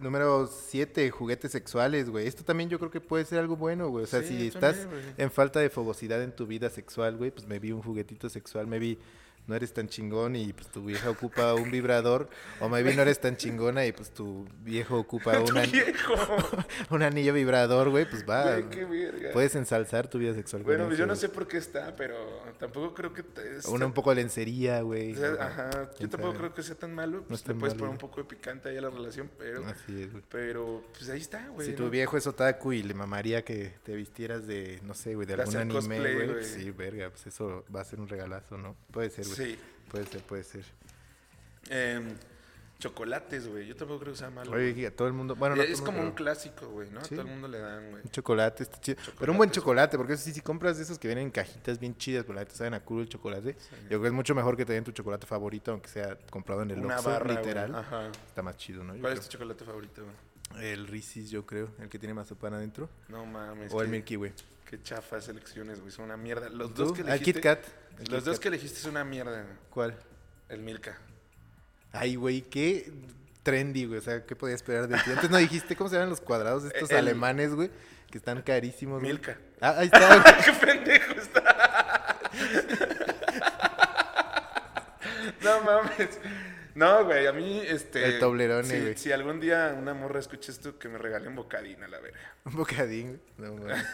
número 7, juguetes sexuales, güey. Esto también yo creo que puede ser algo bueno, güey. O sea, Sí, si también, estás güey. en falta de fogosidad en tu vida sexual, güey, pues me vi un juguetito sexual, me vi no eres tan chingón y pues tu vieja ocupa un vibrador o me vi no eres tan chingona y pues tu viejo ocupa [LAUGHS] ¡Tu un, an- viejo! [LAUGHS] un anillo vibrador, güey, pues va. Güey, qué verga. Puedes ensalzar tu vida sexual. con bueno, pues yo eso, no güey. sé por qué está, pero tampoco creo que... te- O Una está- un poco de lencería, güey. o sea, ¿no? ajá, yo quién tampoco sabe. creo que sea tan malo. Pues, es le tan puedes malo, poner güey. un poco de picante ahí a la relación, pero... Así es, güey. Pero, pues ahí está, güey. Ah, si tu ¿no? viejo es otaku y le mamaría que te vistieras de, no sé, güey, de De algún hacer anime, cosplay, güey. güey. Sí, verga, pues eso va a ser un regalazo, ¿no? Puede ser, güey. Sí. Puede ser, puede ser. Em, chocolates, güey. Yo tampoco creo que sea malo. Oye, güey. y a todo el mundo. Bueno, no Eh, todo es el como mundo, un clásico, güey, ¿no? A Sí. Todo el mundo le dan, güey. pero un chocolate, está chido. Pero un buen Chocolates. chocolate, porque eso sí, si compras de esos que vienen en cajitas bien chidas, pero la neta saben a culo el chocolate. Yo creo que es mucho mejor que te den tu chocolate favorito, aunque sea comprado en el Una Oxxo, barra, literal. güey. Ajá. Está más chido, ¿no? Yo ¿Cuál es creo. tu chocolate favorito, güey? El Reese's, yo creo, el que tiene mazapán adentro. No mames. O el qué- Milky Way. Qué chafas elecciones, güey. Son una mierda. Los ¿Tú? dos que Ah, el elegiste. Kit Kat. El Los Kit dos Kat. que elegiste es una mierda, güey. ¿Cuál? El Milka. Ay, güey, qué trendy, güey. O sea, ¿qué podía esperar de ti? Antes no dijiste cómo se llaman los [LAUGHS] cuadrados de estos El- alemanes, güey, que están carísimos. güey. Milka. [LAUGHS] Ah, ahí está, güey. ¡Qué pendejo está! [LAUGHS] no mames. No, güey, a mí, este... El Toblerone, si- güey. Si algún día una morra escucha esto, que me regalen bocadina, la verga. Un bocadín, güey. No, mames.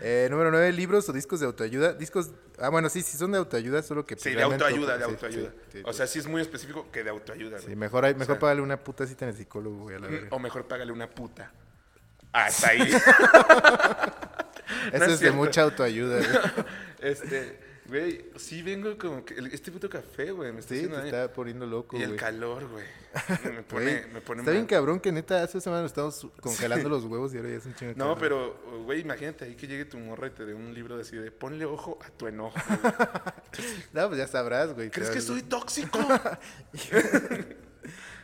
Eh, número 9, libros o discos de autoayuda. Discos. Ah, bueno, sí, sí son de autoayuda, solo que. pues, Sí, de realmente- autoayuda, de sí, autoayuda. sí, sí, o sí. sea, sí es muy específico que de autoayuda, güey. Sí, mejor, hay, mejor sea- págale una puta cita en el psicólogo, güey, a la Mm, verga. O mejor págale una puta. Hasta [LAUGHS] ahí. Eso es es de cierto. mucha autoayuda, güey. este, güey, sí vengo como que. el- Este puto café, güey, me está Sí, haciendo te daño. está poniendo loco, Y güey. el calor, [LAUGHS] güey. Me Güey, pone, me pone Está bien mal. cabrón que neta hace semanas [LAUGHS] estamos congelando los huevos y ahora ya es un chingo de No, calor. pero, güey, imagínate ahí que llegue tu morra y te dé un libro de así de ponle ojo a [LAUGHS] tu enojo. güey. No, pues ya sabrás, güey. ¿Crees que Claro. [LAUGHS] soy tóxico?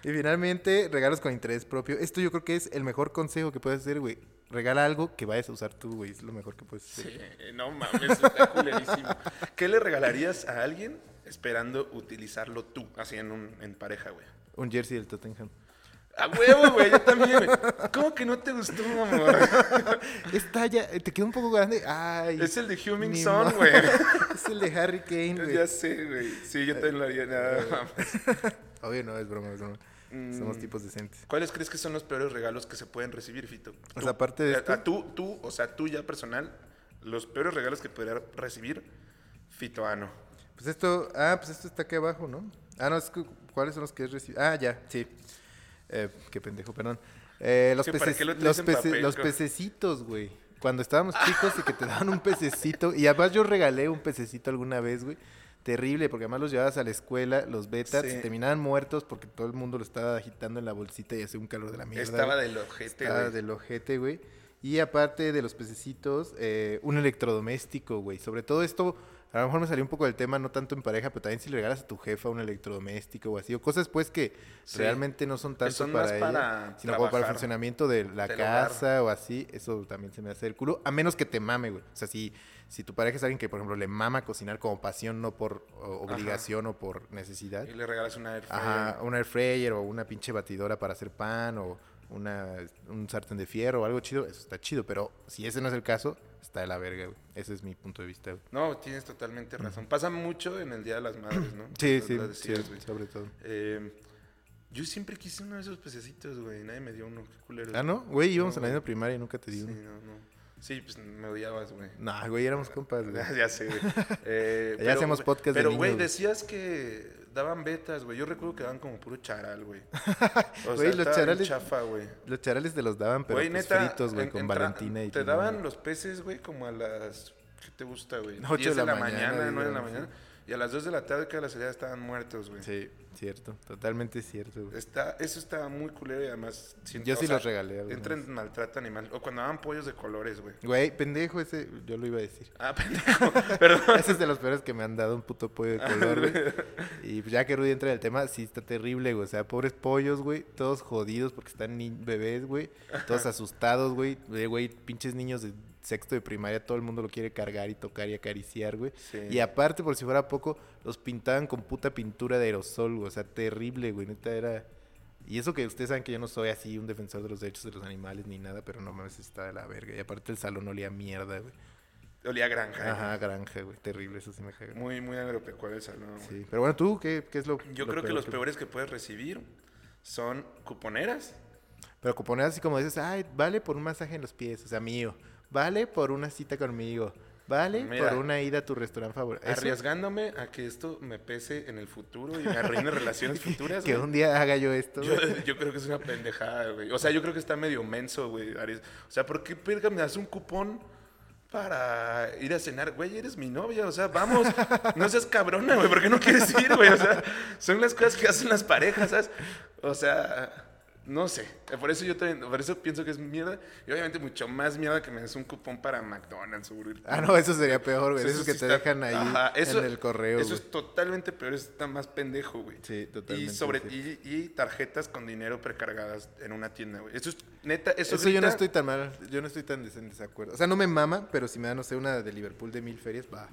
Y finalmente, regalos con interés propio. Esto yo creo que es el mejor consejo que puedes hacer, güey. Regala algo que vayas a usar tú, güey. Es lo mejor que puedes hacer. Sí, no mames, está culerísimo. ¿Qué le regalarías a alguien esperando utilizarlo tú, así en, un, en pareja, güey? Un jersey del Tottenham. A huevo, güey, yo también, [LAUGHS] güey. ¿Cómo que no te gustó, amor? Esta ya, eh, te queda un poco grande. Ay. Es el de Humming ni Son, modo. güey. [LAUGHS] es el de Harry Kane, güey. [LAUGHS] Ya sé, güey. Sí, yo también lo haría. Eh, Nada mames. Obvio, no, es broma, es broma. Somos Mm. tipos decentes. ¿Cuáles crees que son los peores regalos que se pueden recibir, Fito? O Tú, sea, aparte de a- este- a tú, tú, o sea, tú ya personal, los peores regalos que podría recibir Fito Ano. Pues esto, ah, pues esto está aquí abajo, ¿no? Ah, no, es que, ¿cuáles son los que he recibido? Ah, ya, sí. Eh, qué pendejo, perdón. Eh, los, que ¿para peces- qué lo traes los, en pece- papel, los cabrón? pececitos, güey. Cuando estábamos chicos y que te daban un pececito. Y además yo regalé un pececito alguna vez, güey. terrible, porque además los llevabas a la escuela, los betas, Sí. y terminaban muertos porque todo el mundo lo estaba agitando en la bolsita y hacía un calor de la mierda. Estaba güey. del ojete, Estaba Este, güey. del ojete, güey. Y aparte de los pececitos, eh, un electrodoméstico, güey. Sobre todo esto, a lo mejor me salió un poco del tema, no tanto en pareja, pero también si le regalas a tu jefa un electrodoméstico o así, o cosas pues que Sí. realmente no son tanto son para más ella, para sino como para el trabajar funcionamiento de la del hogar. casa o así, eso también se me hace el culo, a menos que te mame, güey. O sea, si, si tu pareja es alguien que, por ejemplo, le mama cocinar como pasión, no por o- Ajá. obligación o por necesidad. Y le regalas una air fryer. Ajá, un air fryer o una pinche batidora para hacer pan o una, un sartén de fierro o algo chido, eso está chido, pero si ese no es el caso, está de la verga, güey. Ese es mi punto de vista, güey. No, tienes totalmente razón. Pasa mucho en el Día de las Madres, ¿no? Sí, Lo- sí, lo sí, decías, güey. sobre todo. Eh, yo siempre quise uno de esos pececitos, güey. Nadie me dio uno. Qué culero. Ah, ¿no? Güey, íbamos No, a la güey. misma primaria y nunca te di Sí, uno. no, no. Sí, pues me odiabas, güey. [LAUGHS] Nah, güey, éramos Ah, compas, güey. ya sé, [LAUGHS] güey. Eh, Ya hacemos güey, podcast de Pero, niños, güey, güey. decías que daban betas, güey. Yo recuerdo que daban como puro charal, güey. [LAUGHS] O Güey, los estaba bien charales- chafa, güey. Los charales te los daban, pero Güey, pues, neta. fritos, güey, en- con entra- Valentina y Te limón, daban güey. los peces, güey, como a las. ¿Qué te gusta, güey? Ocho 10 de la mañana, diez de 9 de la la mañana. Y a las 2 de la tarde, que a las allá estaban muertos, güey. Sí, cierto, totalmente cierto, güey. Está, eso está muy culero y además. siento- Yo o sí sea, los regalé alguna Entra vez. en maltrato animal. O cuando daban pollos de colores, güey. Güey, pendejo ese, yo lo iba a decir. [LAUGHS] Ah, [LAUGHS] pendejo. Perdón. Ah, Ese es de los peores que me han dado un puto [LAUGHS] pollo de color, güey. Y pues ya que Rudy entra en el tema, sí está terrible, güey. O sea, pobres pollos, güey. Todos jodidos porque están ni- bebés, güey. Todos asustados, güey. Eh, Güey, pinches niños de sexto de primaria, todo el mundo lo quiere cargar y tocar y acariciar, güey. Sí. Y aparte, por si fuera poco, los pintaban con puta pintura de aerosol, güey. O sea, terrible, güey. Neta era. Y eso que ustedes saben que yo no soy así un defensor de los derechos de los animales ni nada, pero no mames, está de la verga. Y aparte el salón olía a mierda, güey. Olía a granja. eh. Ajá, granja, güey. Terrible, eso sí me caga. Muy, muy agropecuario el salón. güey. Sí, pero bueno, tú, ¿qué, qué es lo Yo lo creo que los peores que puedes recibir son cuponeras. Pero cupones así como dices, ay, vale por un masaje en los pies, o sea, mío. Vale por una cita conmigo. Vale Mira. por una ida a tu restaurante favorito. Eso- [LAUGHS] Arriesgándome a que esto me pese en el futuro y me [LAUGHS] arruine relaciones futuras. Que güey. un día haga yo esto. Yo, [LAUGHS] güey. yo creo que es una pendejada, güey. O sea, yo creo que está medio menso, güey. Aries. O sea, ¿por qué verga me das un cupón para ir a cenar? Güey, eres mi novia, o sea, vamos. No seas cabrona, güey. ¿Por qué no quieres ir, güey? O sea, son las cosas que hacen las parejas, ¿sabes? O sea, no sé. Por eso yo también, por eso pienso que es mierda. Y obviamente mucho más mierda que me des un cupón para McDonald's, güey. Ah, no, eso sería peor, güey. Eso Esos sí que te está- dejan ahí Ajá, eso- en el correo. Eso güey. es totalmente peor, eso está más pendejo, güey. Sí, totalmente, Y, sobre, y, y tarjetas con dinero precargadas en una tienda, güey. Eso es neta, eso, Eso, yo no grita- estoy tan mal, yo no estoy tan des- en desacuerdo. O sea, no me mama, pero si me dan, no sé, una de Liverpool de mil ferias, va.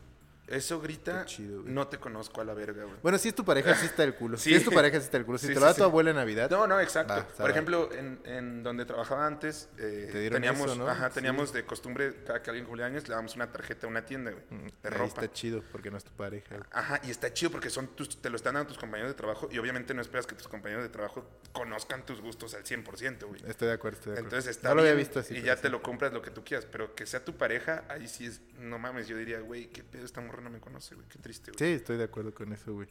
Eso grita, Qué chido, güey. no te conozco a la verga, güey. Bueno, si es tu pareja, sí está el [LAUGHS] culo. Sí. Si es tu pareja, sí está el culo. Si Sí, te sí, lo da sí. tu abuela en Navidad. No, no, exacto. Va, está Por va. ejemplo, en, en donde trabajaba antes, eh, Te dieron teníamos, eso, ¿no? ajá, teníamos de costumbre, cada que alguien cumplía años, le dábamos una tarjeta a una tienda, güey, de mm, Ahí ropa. está chido porque no es tu pareja. güey. Ajá, y está chido porque son tus, te lo están dando tus compañeros de trabajo y obviamente no esperas que tus compañeros de trabajo conozcan tus gustos al 100%, güey. Estoy de acuerdo, estoy de acuerdo. Entonces está no lo había bien, visto así. Y pero ya sí. te lo compras lo que tú quieras, pero que sea tu pareja, ahí sí es, no mames, yo diría, güey, qué pedo, esta morra no me conoce, güey, qué triste, güey. Sí, estoy de acuerdo con eso, güey.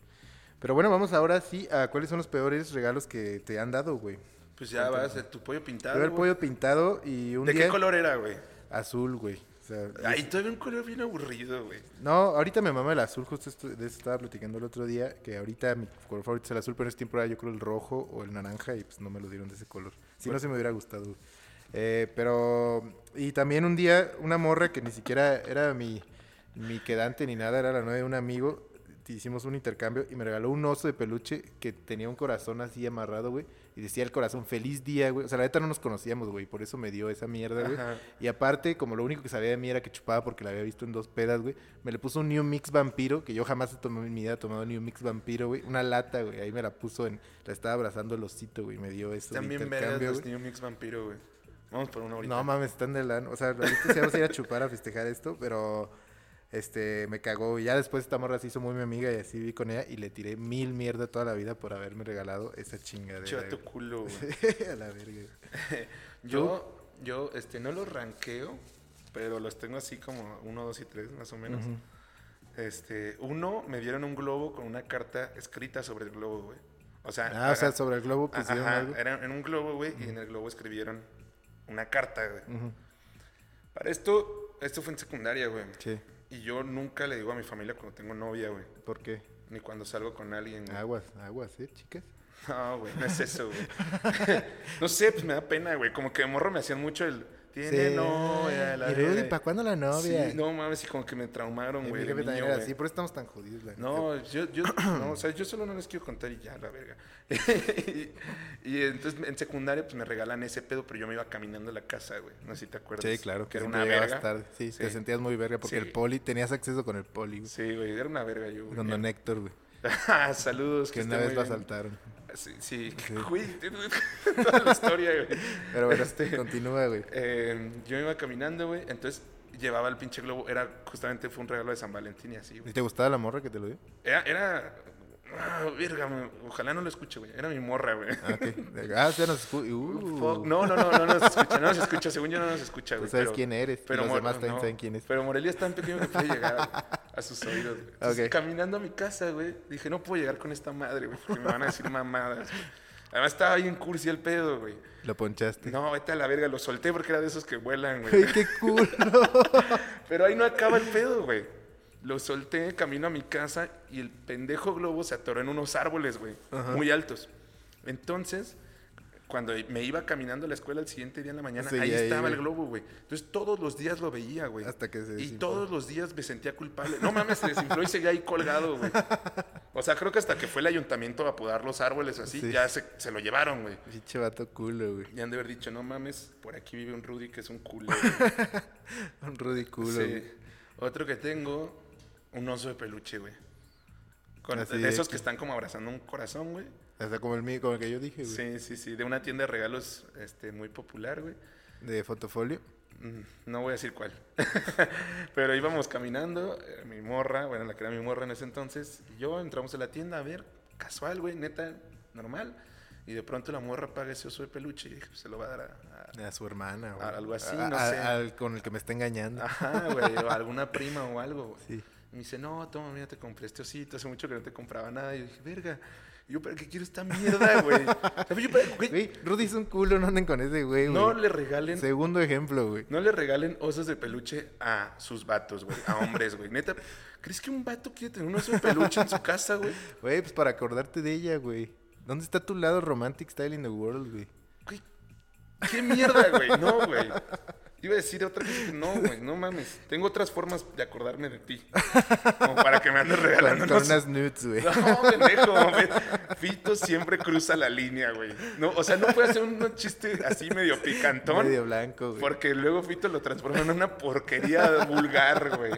Pero bueno, vamos ahora sí a cuáles son los peores regalos que te han dado, güey. Pues ya vas, de tu pollo pintado, Yo el güey. pollo pintado y un ¿De día qué color era, güey? azul, güey. O sea, Ay, todavía un color bien aburrido, güey. No, ahorita me mama el azul, justo esto- de eso estaba platicando el otro día, que ahorita mi color favorito es el azul, pero en ese tiempo era yo creo el rojo o el naranja y pues no me lo dieron de ese color. Si no, se me hubiera gustado. Eh, pero, y también un día una morra que ni siquiera era mi, mi quedante ni nada, era la novia de un amigo, hicimos un intercambio y me regaló un oso de peluche que tenía un corazón así amarrado, güey, y decía el corazón, feliz día, güey. O sea, la neta no nos conocíamos, güey, por eso me dio esa mierda, güey. Ajá. Y aparte, como lo único que sabía de mí era que chupaba porque la había visto en dos pedas, güey. Me le puso un New Mix Vampiro, que yo jamás he tomado en mi vida, he tomado New Mix Vampiro, güey. Una lata, güey. Ahí me la puso en... La estaba abrazando el osito, güey. Me dio eso de Están bien vergas intercambio, los güey. New Mix Vampiro, güey. Vamos por una ahorita. No mames, están de lano. O sea, ahorita sí vamos a ir a chupar a festejar esto, pero... Este, me cagó. Y ya después esta morra se hizo muy mi amiga y así vi con ella y le tiré mil mierda toda la vida por haberme regalado esa Chiva chingadera. tu [LAUGHS] culo, güey. güey. a la verga. Yo, yo, este, no los ranqueo, pero los tengo así como uno, dos y tres, más o menos. Este, uno, me dieron un globo con una carta escrita sobre el globo, güey. O sea, Ah, o sea, haga- sobre el globo Ah, pusieron ajá, algo. era en un globo, güey, y en el globo escribieron una carta, güey. Para esto, esto fue en secundaria, güey. Sí. Y yo nunca le digo a mi familia cuando tengo novia, güey. ¿Por qué? Ni cuando salgo con alguien, güey. Aguas, aguas, ¿eh, chicas? No, güey, no es [LAUGHS] eso, güey. no sé, pues me da pena, güey. Como que de morro me hacían mucho el. Tiene novia, la ¿Y Rudy, verga". para cuándo la novia? Sí, no mames, y como que me traumaron, Y güey. mi de jefe niño, también era güey. así, por eso estamos tan jodidos. la neta. No, yo, yo, no, o sea, yo solo no les quiero contar y ya, la verga. [LAUGHS] y, y entonces en secundaria pues me regalan ese pedo, pero yo me iba caminando a la casa, güey. No sé si te acuerdas. Sí, claro, Que era siempre una llegabas verga. tarde. Sí, te sentías muy verga porque Sí. el poli, tenías acceso con el poli, güey. Sí, güey, era una verga yo. güey. Con don Héctor, güey. Ah, [LAUGHS] Saludos. Que esté una vez muy lo bien. asaltaron. Sí, sí. [LAUGHS] Güey, toda la historia, güey. Pero bueno, [LAUGHS] Este, continúa, güey. eh, yo iba caminando, güey, entonces llevaba el pinche globo. Era justamente fue un regalo de San Valentín y así, güey. ¿Y te gustaba la morra que te lo dio? Era, era... ah, verga, me- ojalá no lo escuche, güey. Era mi morra, güey. Ah, ok. Ah, ya nos escu- uh. Fuck, No, no, no, no nos escucha, no nos escucha, según yo no nos escucha, Tú güey. sabes pero- quién eres, y los Mor- demás también no, saben quién es. Pero Morelia es tan pequeño que puede llegar a- a sus oídos, güey. Entonces, Ok. Caminando a mi casa, güey, dije, no puedo llegar con esta madre, güey, porque me van a decir mamadas, güey. Además estaba bien cursi el pedo, güey. Lo ponchaste. No, vete a la verga, lo solté porque era de esos que [LAUGHS] vuelan, ¡Ay, güey. qué [LAUGHS] culo! [LAUGHS] Pero ahí no acaba el pedo, güey. Lo solté, camino a mi casa y el pendejo globo se atoró en unos árboles, güey, muy altos. Entonces, cuando me iba caminando a la escuela el siguiente día en la mañana, Sí, ahí ahí, estaba el güey. globo, güey. Entonces, todos los días lo veía, güey. Hasta que se Y desinfló. todos los días me sentía culpable. No mames, se desinfló y seguía ahí [LAUGHS] colgado, güey. O sea, creo que hasta que fue el ayuntamiento a podar los árboles o así, Sí. ya se, se lo llevaron, güey. Pinche vato culo, güey. Y han de haber dicho, no mames, por aquí vive un Rudy que es un culo. Un Rudy culo, Sí. güey. Otro que tengo, un oso de peluche, güey. Con, Así de, de esos que- que están como abrazando un corazón, güey. Hasta como el mío, como el que yo dije, güey. Sí, sí, sí. De una tienda de regalos este, muy popular, güey. De fotofolio. Mm, No voy a decir cuál. [LAUGHS] Pero íbamos caminando, eh, mi morra, bueno, la que era mi morra en ese entonces, y yo entramos a la tienda a ver, casual, güey, neta, normal. Y de pronto la morra paga ese oso de peluche y dije, pues, se lo va a dar a- a, A su hermana, güey. Algo así, A- no a- sé. Al con el que me está engañando. Ajá, güey, o alguna prima o algo, güey. Sí. Me dice, no, toma, mira, te compré este osito, hace mucho que no te compraba nada. Y yo dije, verga, y yo, ¿para qué quiero esta mierda, güey? O sea, yo, para- güey, Güey, Rudy es un culo, no anden con ese güey, güey. no le regalen... Segundo ejemplo, güey. No le regalen osos de peluche a sus vatos, güey, a hombres, güey. Neta, ¿crees que un vato quiere tener un oso de peluche en su casa, güey? Güey, pues para acordarte de ella, güey. ¿Dónde está tu lado romantic style in the world, güey? Güey, ¿Qué mierda, güey? No, güey. Iba a decir otra cosa que no, güey, no mames. Tengo otras formas de acordarme de ti. Como para que me andes regalando Con, un con oso. unas nudes, güey. No, pendejo. güey. Fito siempre cruza la línea, güey. No, o sea, no puede hacer un chiste así medio picantón. Medio blanco, güey. porque luego Fito lo transforma en una porquería vulgar, güey.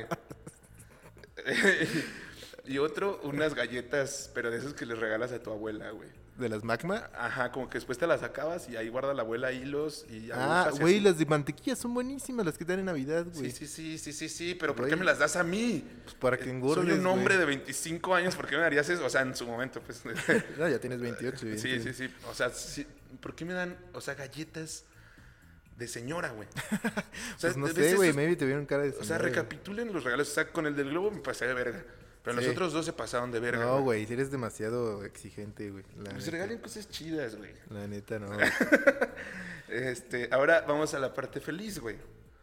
y otro, unas galletas, pero de esas que les regalas a tu abuela, güey. ¿De las magma? Ajá, como que después te las sacabas y ahí guarda la abuela hilos y Ah, agujas y güey, así. las de mantequilla son buenísimas, las que dan en Navidad, güey. Sí, sí, sí, sí, sí, sí, pero ¿por qué Güey. me las das a mí? Eh, Pues para que engordes, Soy un hombre güey. de 25 años, ¿por qué me harías eso? O sea, en su momento, pues. No, ya tienes 28, güey. Sí, sí, entonces- sí. O sea, sí, ¿por qué me dan, o sea, galletas de señora, [LAUGHS] güey? O sea, Pues no ves sé, güey, esos- maybe te vieron cara de O sea, señora, güey. recapitulen los regalos. O sea, con el del globo me pasé de verga. Pero los Sí. otros dos se pasaron de verga. No, güey, si eres demasiado exigente, güey. La Pues neta. regalen cosas chidas, güey. La neta, [LAUGHS] no. güey. Este, ahora vamos a la parte feliz, güey.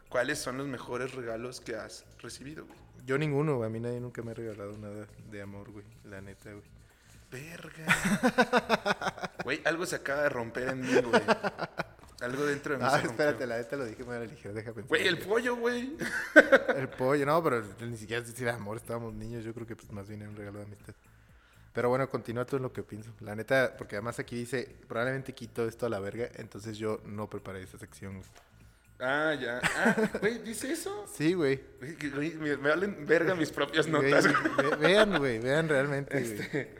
¿Cuáles son los mejores regalos que has recibido, güey? Yo ninguno, güey. A mí nadie nunca me ha regalado nada de amor, güey. La neta, güey. [LAUGHS] Verga. Güey, algo se acaba de romper en mí, güey. Algo dentro de mí Ah, se rompió. espérate, la neta lo dije muy a la ligera, deja pensar. Güey, el pollo, güey. [LAUGHS] El pollo, no, pero ni siquiera es decir amor, estábamos niños, yo creo que pues, más bien era un regalo de amistad. Pero bueno, continúa todo en lo que pienso. La neta, porque además aquí dice, probablemente quito esto a la verga, entonces yo no preparé esa sección. güey. Ah, ya. Ah, güey, ¿dice eso? Sí, güey. Güey, que- güey, me, me valen verga mis propias Güey, notas. güey. ve- vean, güey, vean realmente, güey. Este.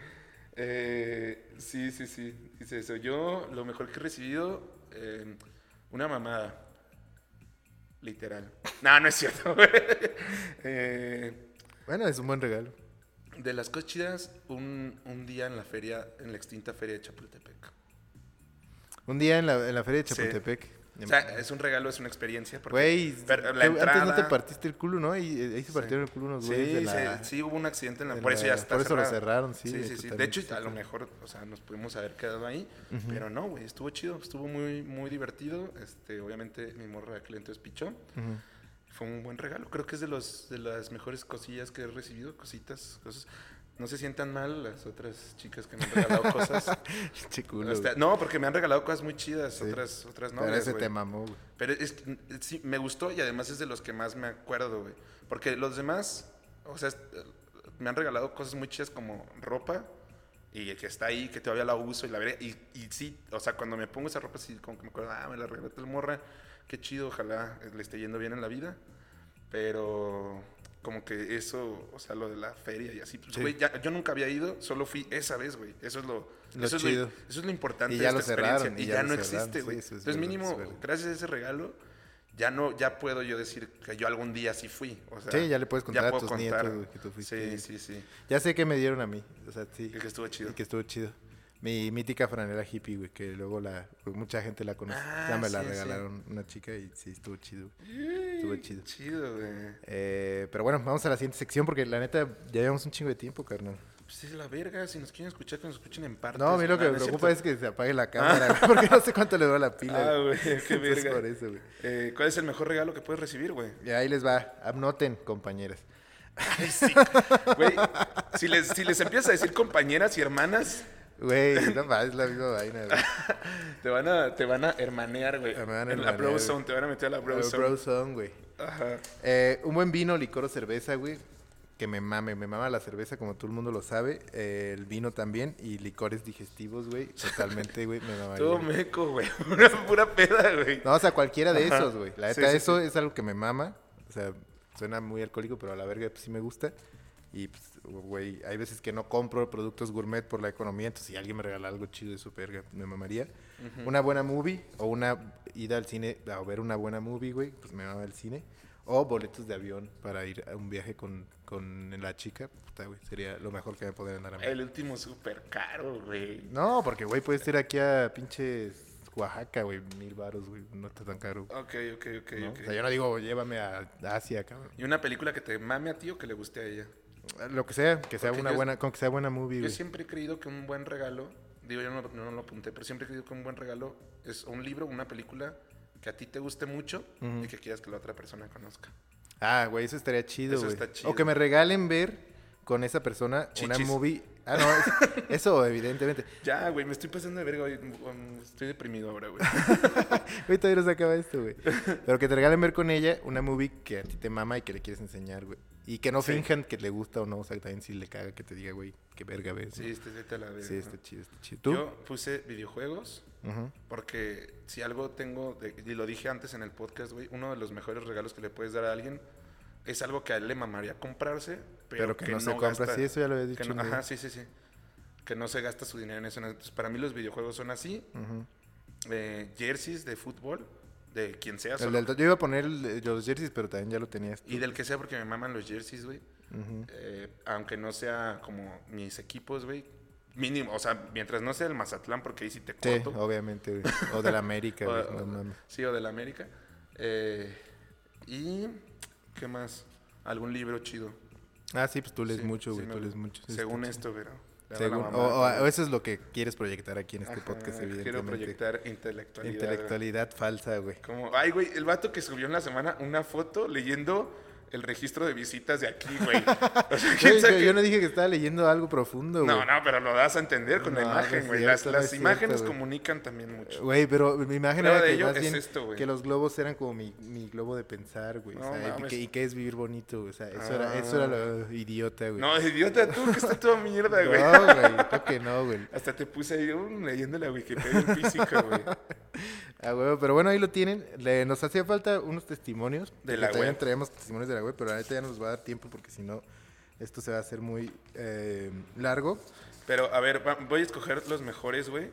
Eh, sí, sí, sí. Dice eso. Yo lo mejor que he recibido, eh, una mamada. Literal. No, no es cierto. [LAUGHS] güey. Eh, Bueno, es un buen regalo. de las cosas chidas, un, un día en la feria, en la extinta feria de Chapultepec. Un día en la, en la feria de Sí. Chapultepec. O sea, es un regalo, es una experiencia. porque- Em, Güey, pero tú- la antes no te entrada- partiste el culo, ¿no? Y eh, ahí se partieron el culo unos güeyes de Sí, la- sí, sí, hubo un accidente en la, de por eso la- ya está por eso lo cerrada. cerraron, sí, Sí, güey, sí, sí. De totalmente, hecho, a sí, lo sí. mejor, o sea, nos pudimos haber quedado ahí, pero no, güey, estuvo chido, estuvo muy, muy divertido. Este, obviamente, mi morra de aquel entonces pichó. Ujú. fue un buen regalo. Creo que es de, los, de las mejores cosillas que he recibido, cositas, cosas. No se sientan mal las otras chicas que me han regalado [LAUGHS] cosas. Chiculo. Hasta- no, porque me han regalado cosas muy chidas, otras, otras no. pero ese güey. te mamó, güey. Pero es, que, mm, sí, me gustó y además es de los que más me acuerdo, güey. Porque los demás, o sea, es- eh, me han regalado cosas muy chidas como ropa y que está ahí, que todavía la uso y la veré. Y, y sí, o sea, cuando me pongo esa ropa, sí, como que me acuerdo, ah, me la regaló tal morra, qué chido, ojalá eh, le esté yendo bien en la vida. Pero como que eso, o sea, lo de la feria y así, pues, Sí. güey, ya- yo nunca había ido, solo fui esa vez, güey. Eso es lo, Lo eso chido. Es lo, eso es lo importante Y de ya esta lo cerraron, experiencia. Y, y ya, ya lo no cerraron, existe, sí, güey. eso es Entonces verdad, mínimo, es verdad. gracias a ese regalo, ya no, ya puedo yo decir que yo algún día sí fui. O sea, Sí, ya le puedes contar a puedo tus nietos, güey, que tú fuiste. Sí, sí, sí. Ya sé que me dieron a mí. O sea, sí. Y que estuvo chido. Y que estuvo chido. Mi mítica franela hippie, güey, que luego la, pues, mucha gente la conoce. Ah, ya me la sí, sí. regalaron una chica y sí, estuvo chido. güey. Estuvo chido. Chido, güey. Eh, pero bueno, vamos a la siguiente sección porque la neta ya llevamos un chingo de tiempo, carnal. Pues es la verga, si nos quieren escuchar, que nos escuchen en partes. No, a mí lo que Nah, me no es preocupa es cierto. que se apague la cámara, güey, porque no sé cuánto le dura la pila. [LAUGHS] Ah, [LAUGHS] güey, qué Entonces, verga. por eso, güey. Eh, ¿Cuál es el mejor regalo que puedes recibir, güey? Y ahí les va. Anoten, compañeras. Ay, sí. Güey, si les, si les empiezas a decir compañeras y hermanas, Güey, [LAUGHS] no más, es la misma vaina, güey. te van a, te van a hermanear, güey. Te van a en la hermanear, bro güey. zone, te van a meter a la bro Pero zone. Bro Zone, güey. Ajá. Eh, un buen vino, licor o cerveza, güey. Que me mame, me mama la cerveza, como todo el mundo lo sabe. Eh, el vino también. Y licores digestivos, güey. Totalmente, güey, me mama. Todo meco, güey. [LAUGHS] Pura, pura peda, güey. No, o sea, cualquiera de Ajá. esos, güey. La Sí, neta, sí, eso es algo que me mama. O sea, suena muy alcohólico, pero a la verga pues, sí me gusta. Y, pues, güey, hay veces que no compro productos gourmet por la economía. Entonces, si alguien me regala algo chido de su verga, me mamaría. Una buena movie o una ida al cine a ver una buena movie, güey, pues me mama el cine. O boletos de avión para ir a un viaje con, con la chica. Puta, güey, sería lo mejor que me podrían dar a mí. El último súper caro, güey. No, porque, güey, puedes ir aquí a pinches Oaxaca, güey, mil baros, güey. No está tan caro. Ok, ok, ok, ¿no? ok. O sea, yo no digo llévame a Asia, cabrón. Y una película que te mame a ti o que le guste a ella. Lo que sea, que sea Porque una yo- buena, con que sea buena movie, Yo güey. siempre he creído que un buen regalo, digo yo no, lo- no lo apunté, pero siempre he creído que un buen regalo es un libro, una película que a ti te guste mucho y que quieras que la otra persona conozca. Ah, güey, eso estaría chido, Eso güey. está chido. O que me regalen ver con esa persona una Chichis. movie. Ah, no, [LAUGHS] es- eso evidentemente. Ya, güey, me estoy pasando de verga hoy. mm, Estoy deprimido ahora, [LAUGHS] güey. Güey, todavía no se acaba esto, güey. Pero que te regalen ver con ella una movie que a ti te mama y que le quieres enseñar, güey. Y que no Sí. finjan que le gusta o no. O sea, que también si le caga que te diga, güey, qué verga ves. ¿no? Sí, este, vete a la verga. Sí, ¿no? está chido, está chido. ¿Tú? Yo puse videojuegos Ujú. Porque si algo tengo, de- y lo dije antes en el podcast, güey, uno de los mejores regalos que le puedes dar a alguien es algo que a él le mamaría comprarse, pero, Pero que no se compra. Sí, eso ya lo había que dicho, no- güey. ajá, sí, sí, sí. Que no se gasta su dinero en eso. Entonces, para mí los videojuegos son así. eh, jerseys de fútbol, de quien sea. El solo- del- yo iba a poner el de- los jerseys, pero también ya lo tenías. tú. y del que sea, porque me maman los jerseys, güey. Eh, aunque no sea como mis equipos, güey. Mínimo, o sea, mientras no sea el Mazatlán, porque ahí sí te Sí, corto. obviamente, güey. O de la América, [LAUGHS] güey. O- no o- mames. Sí, o de la América. Eh, y, ¿qué más? Algún libro chido. Ah, sí, pues tú lees Sí, mucho, sí güey. me tú gu- lees mucho. Sí, Según está esto, pero... chido. Según- o, o- o eso es lo que quieres proyectar aquí en este podcast, evidentemente. Quiero proyectar intelectualidad. güey. Intelectualidad falsa, güey. Como, ay, güey, el vato que subió en la semana una foto leyendo el registro de visitas de aquí, [LAUGHS] güey. O sea, [LAUGHS] ¿quién Güey, sabe yo, qué- yo no dije que estaba leyendo algo profundo, güey. No, no, pero lo das a entender con la No, no es imagen, güey. cierto, Las, no las es cierto, imágenes güey. comunican también mucho. Güey, pero mi imagen Prueba era de que ello más es bien esto, güey. que los globos eran como mi, mi globo de pensar, güey. o No sea, y mames. que- y que es vivir bonito, güey. O sea, eso, era, eso Ah. era lo idiota, güey. No, idiota, tú que está toda mierda, [LAUGHS] No, güey. güey. Creo que no, güey. Hasta te puse ahí un leyendo la Wikipedia en física, güey. Ah, huevo, pero bueno, ahí lo tienen. Le- nos hacía falta unos testimonios. De que la también web. traíamos testimonios de la web, pero la neta ya no nos va a dar tiempo porque si no, esto se va a hacer muy eh, largo. Pero a ver, va- voy a escoger los mejores, güey.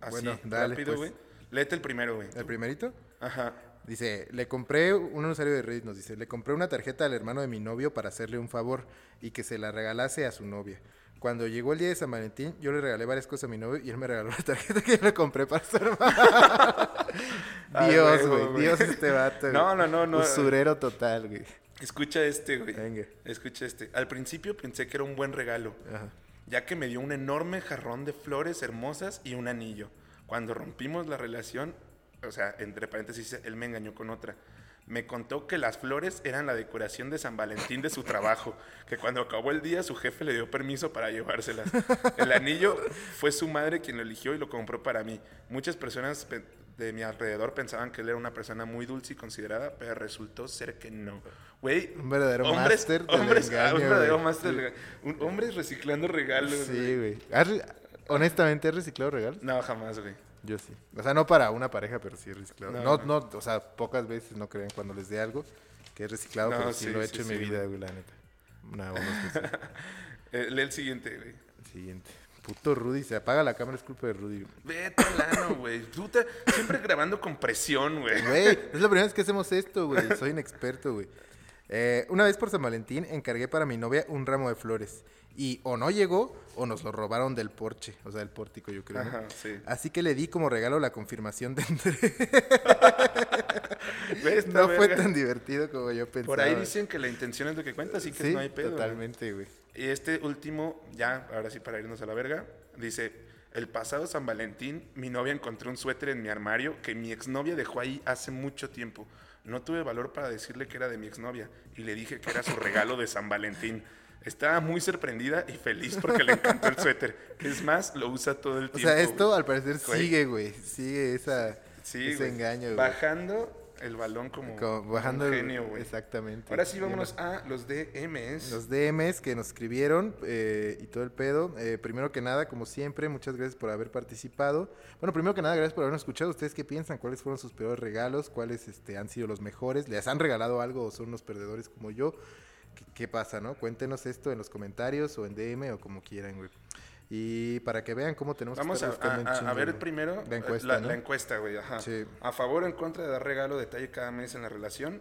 Así, Bueno, dale, rápido, güey. pues. Léete el primero, güey. El primerito Ajá. dice, le compré, un usuario de Reddit nos dice, le compré una tarjeta al hermano de mi novio para hacerle un favor y que se la regalase a su novia. Cuando llegó el día de San Valentín, yo le regalé varias cosas a mi novio y él me regaló la tarjeta que yo le compré para su [LAUGHS] hermano. Ay, Dios, huevo, güey. güey. Dios este vato. güey. [LAUGHS] No, no, no, no. Usurero total, güey. Escucha este, güey. Venga. Escucha este. Al principio pensé que era un buen regalo, Ajá. ya que me dio un enorme jarrón de flores hermosas y un anillo. Cuando rompimos la relación, o sea, entre paréntesis, él me engañó con otra. me contó que las flores eran la decoración de San Valentín de su trabajo, que cuando acabó el día su jefe le dio permiso para llevárselas. El anillo fue su madre quien lo eligió y lo compró para mí. Muchas personas pe- de mi alrededor pensaban que él era una persona muy dulce y considerada, pero resultó ser que no. Güey, Un verdadero máster del hombres, ah, un engaño, verdadero güey. máster del engaño. Un- hombres reciclando regalos. Sí, güey. güey. ¿Has re- Honestamente, ¿has reciclado regalos? No, jamás, güey. Yo sí. O sea, no para una pareja, pero sí he reciclado. No, No, no, o sea, pocas veces no creen cuando les dé algo que he reciclado, No, pero sí, sí, lo he sí, hecho en mi sí. vida, güey, la neta. Una bomba especial. Eh, lee el siguiente, güey. Siguiente. Puto Rudy, se apaga la cámara, es culpa de Rudy. güey. Vete al ano, güey. Tú te- siempre grabando con presión, güey. Güey, es la primera vez que hacemos esto, güey. Soy inexperto, güey. Eh, una vez por San Valentín encargué para mi novia un ramo de flores. Y o no llegó o nos lo robaron del porche. O sea, del pórtico, yo creo. ¿no? Ajá, sí. Así que le di como regalo la confirmación de entrega. Güey, esta No fue verga. tan divertido como yo pensaba. Por ahí dicen que la intención es lo que cuenta, así que Sí, no hay pedo. güey. totalmente, güey. Y este último, ya, ahora sí para irnos a la verga, dice, el pasado San Valentín mi novia encontró un suéter en mi armario que mi exnovia dejó ahí hace mucho tiempo. No tuve valor para decirle que era de mi exnovia y le dije que era su regalo de San Valentín. Estaba muy sorprendida y feliz porque le encantó el suéter. Es más, lo usa todo el O tiempo. sea, esto güey. al parecer Güey. sigue, güey. Sigue esa, Sí, ese güey. engaño, güey. Bajando el balón como, Como bajando un el- genio, güey. Exactamente. Ahora sí, vámonos a los DMs. Los DMs que nos escribieron eh, y todo el pedo. Eh, primero que nada, como siempre, muchas gracias por haber participado. Bueno, primero que nada, gracias por habernos escuchado. ¿Ustedes qué piensan? ¿Cuáles fueron sus peores regalos? ¿Cuáles este, han sido los mejores? ¿Les han regalado algo o son unos perdedores como yo? ¿Qué, qué pasa, no? Cuéntenos esto en los comentarios o en DM o como quieran, güey. Y para que vean cómo tenemos Vamos que a, estar buscando a- un a- a chingo, ver güey. primero la eh, encuesta, la, ¿no? la encuesta, güey, ajá. Sí. A favor o en contra de dar regalo detalle cada mes en la relación,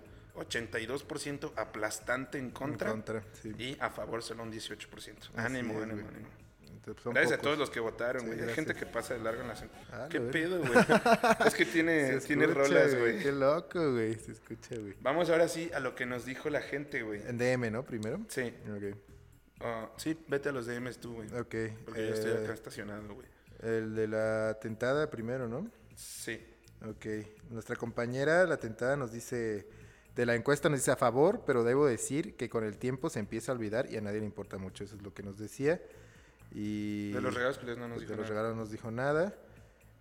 82% aplastante en contra, En contra, sí. y a favor solo un 18%. Así ánimo, es, ánimo, güey. ánimo. Entonces, son Gracias a pocos. todos los que votaron, Sí, güey. Hay gracias. gente que pasa de largo en la sen- Ah, ¿Qué la pedo, güey? [LAUGHS] es que tiene, Se tiene escucha, rolas, güey. Qué loco, güey. Se escucha, güey. Vamos ahora sí a lo que nos dijo la gente, güey. En DM, ¿no? Primero. Sí. Ok. Ah, sí, vete a los DMs tú, güey. Ok. Porque yo estoy eh, acá estacionado, güey. El de la tentada primero, ¿no? Sí. Ok. Nuestra compañera, la tentada, nos dice. De la encuesta nos dice a favor, pero debo decir que con el tiempo se empieza a olvidar y a nadie le importa mucho. Eso es lo que nos decía. Y De los regalos que les no nos de dijo los nada. regalos nos dijo nada.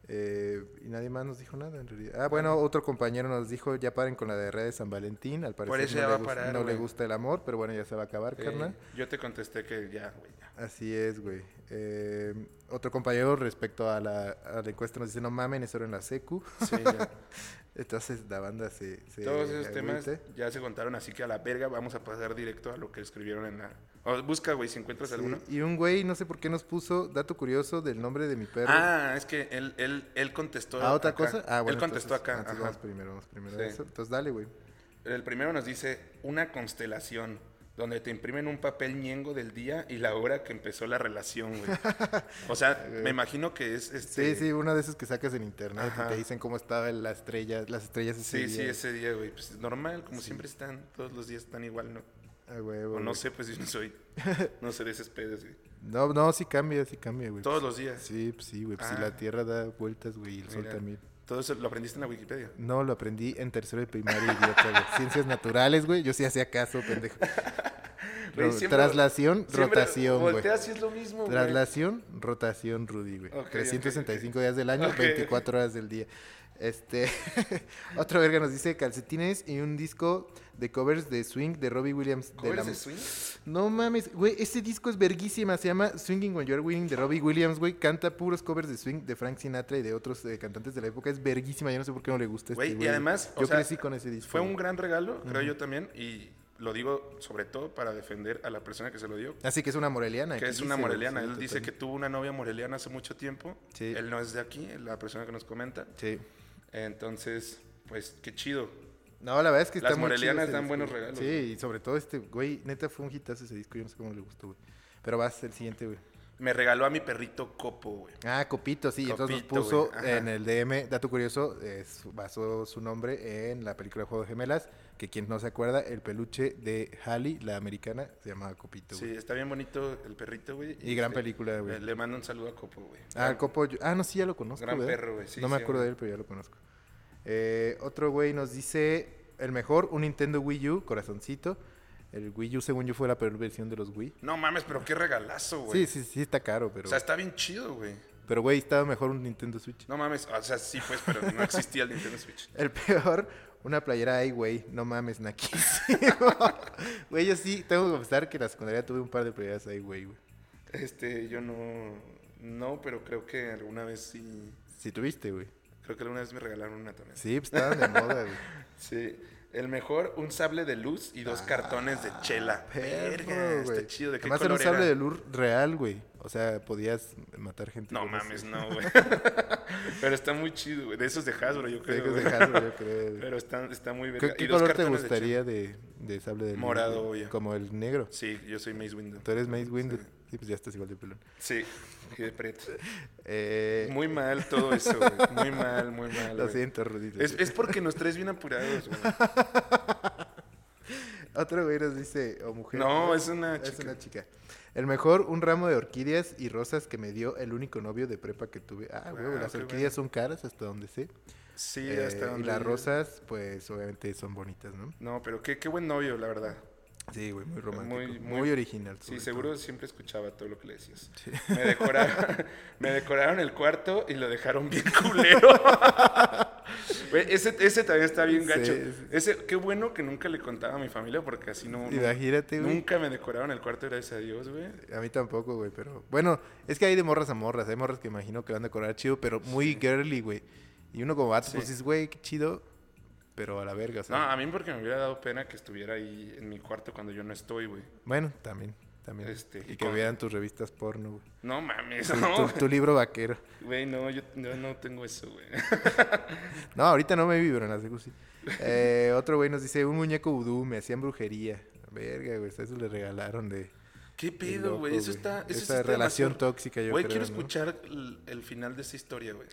eh, y nadie más nos dijo nada en realidad. Ah, bueno, otro compañero nos dijo ya paren con la de redes San Valentín. Al parecer eso no, ya le, va a gus- parar, no le güey. gusta el amor, pero bueno, ya se va a acabar, Sí, carnal. Eh, Yo te contesté que ya, güey, ya. Así es, güey. Eh, otro compañero respecto a la, a la encuesta nos dice, no mamen, eso era en la secu. Sí, ya. [LAUGHS] Entonces la banda se... se Todos esos agüita. temas ya se contaron, así que a la verga vamos a pasar directo a lo que escribieron en la... o busca, güey, si encuentras Sí, ¿pues alguno. Y un güey, no sé por qué nos puso, dato curioso, del nombre de mi perro. Ah, es que él, él, él contestó ¿A otra acá. cosa? Ah, bueno, él contestó entonces- ah, acá. entonces ajá. vamos primero, vamos primero a Sí. eso. Entonces dale, güey. El primero nos dice, una constelación, donde te imprimen un papel ñengo del día y la hora que empezó la relación, güey. [LAUGHS] o sea, me imagino que es Sí, este... sí, una de esas que sacas en internet y Ajá. te dicen cómo estaban las estrellas, las estrellas ese Sí, sí, día. ese día, güey. Pues normal, como siempre están, todos los días están igual, ¿no? Ah, huevo, O no güey. sé, pues yo [LAUGHS] no soy. No sé de esas pedas, güey. No, no, sí cambia, sí cambia, güey. Todos los días. Sí, pues sí, güey. Pues sí, Ah. la Tierra da vueltas, güey, y el Sol Mira. también. Todo eso lo aprendiste en la Wikipedia. No, lo aprendí en tercero de primaria, idiota, [LAUGHS] güey. Ciencias naturales, güey. Yo sí hacía caso, pendejo. Güey, Ro- siempre- traslación, siempre rotación, güey. Volteas y es lo mismo, güey. Traslación, rotación, Rudy, güey. Ok, ok, 365 días del año, Ok, ok. 24 horas del día. Este, [LAUGHS] otro verga nos dice calcetines y un disco de covers de swing de Robbie Williams. de ¿Cómo la- eres de swing? No mames, güey, ese disco es verguísima. Se llama Swinging When You're Winning de Robbie Williams, güey. Canta puros covers de swing de Frank Sinatra y de otros eh, cantantes de la época. Es verguísima. Yo no sé por qué no le gusta este Güey, y güey. además, o yo sea, crecí con ese disco. Fue güey. un gran regalo, creo yo también, y lo digo sobre todo para defender a la persona que se lo dio, Así que es una moreliana. que aquí es una dice, güey, moreliana. sí, Él dice que total. tuvo una novia moreliana hace mucho tiempo. Sí. Él no es de aquí, la persona que nos comenta. Sí. Entonces, pues, qué chido. No, la verdad es que Las está muy chido morelianas ese dan disco, buenos güey. regalos, Sí, güey. y sobre todo este, güey, neta fue un hitazo ese disco. Yo no sé cómo le gustó, güey. Pero vas el siguiente, güey. Me regaló a mi perrito Copo, güey. Ah, Copito, sí. entonces nos Copito, puso güey, ajá. en el DM, dato curioso, eh, su- basó su nombre en la película Juego de Gemelas, que quien no se acuerda, el peluche de Halley, la americana, se llamaba Copito, Sí, güey. está bien bonito el perrito, güey. Y gran este, película, Le, güey. le mando un saludo a Copo, güey. Ah, el Copo, yo- ah, no, sí, ya lo conozco, Gran ¿verdad? perro, güey, sí, No me sí, acuerdo güey. de él, pero ya lo conozco. Eh, otro güey nos dice el mejor, un Nintendo Wii U, corazoncito. El Wii U, según yo, fue la peor versión de los Wii. No mames, pero qué regalazo, güey. Sí, sí, sí, está caro, pero. O sea, está bien chido, güey. pero, güey, estaba mejor un Nintendo Switch. No mames, o sea, sí, pues, pero no existía el Nintendo Switch. El peor, [LAUGHS] una playera, ay, güey, no mames, naquísimo. [LAUGHS] güey, yo sí, tengo que confesar que en la secundaria tuve un par de playeras, ay, güey, güey. Este, yo no. No, pero creo que alguna vez sí. Sí tuviste, güey. Creo que alguna vez me regalaron una también. Sí. Sí, pues estaban de moda, [LAUGHS] güey. El mejor, un sable de luz y dos cartones de chela. Perro, Verga, está güey. chido. ¿De qué Además era color un sable era? de luz real, güey. O sea, podías matar gente. No con eso. mames, no, [LAUGHS] güey. pero está muy chido, güey. De esos de Hasbro, yo creo. Creo que es de güey. [LAUGHS] Hasbro, yo creo, güey. Pero está, está muy verga. ¿Qué, qué Y dos color te cartones de chela. gustaría de, de sable de luz? Morado, güey? obvio. Como el negro. Sí, yo soy Mace Window. Tú eres Mace Windu. Sí, pues ya estás igual de pelón. Sí, y de preto. Eh, Muy mal todo eso, güey. Muy mal, muy mal. Lo güey. siento, Rudito. Es, es porque nos traes bien apurados, güey. Otro güey nos dice, o mujer. No, es una Es chica. una chica. El mejor, un ramo de orquídeas y rosas que me dio el único novio de prepa que tuve. Ah, güey, Wow, las qué orquídeas son caras hasta donde sé. Sí, Eh, hasta donde. Y las rosas, pues obviamente son bonitas, ¿no? No, pero qué, qué buen novio, la verdad. Sí, güey, muy romántico. Muy, Muy- muy- original. Sí, sobre seguro todo. siempre escuchaba todo lo que le decías. Me, decoraron, [LAUGHS] me decoraron el cuarto y lo dejaron bien culero. [LAUGHS] Güey, ese, ese también está bien Sí, gacho. sí. Ese, qué bueno que nunca le contaba a mi familia porque así no. no- Imagínate, güey. nunca me decoraron el cuarto, gracias a Dios, güey. A mí tampoco, güey, pero... Bueno, es que hay de morras a morras. Hay morras que imagino que van a decorar chido, pero muy girly, güey. Y uno como vato, Sí. pues dices, güey, qué chido, pero a la verga, o No, sea. a mí porque me hubiera dado pena que estuviera ahí en mi cuarto cuando yo no estoy, güey. Bueno, también, también. Este, y y que con- vean tus revistas porno, [LAUGHS] güey. No mames, Tu- no. Tu, tu libro vaquero. Güey, no, yo yo no tengo [LAUGHS] eso, güey. No, ahorita no me vibran las de Gucci. Eh, otro güey nos dice, un muñeco vudú, me hacían brujería. Verga, güey, eso le regalaron de... ¿Qué de pedo, loco, güey? Eso está. Eso sí Esa está relación demasiado- tóxica, yo Güey, creo, quiero ¿no? escuchar el, el final de esa historia, [LAUGHS] güey.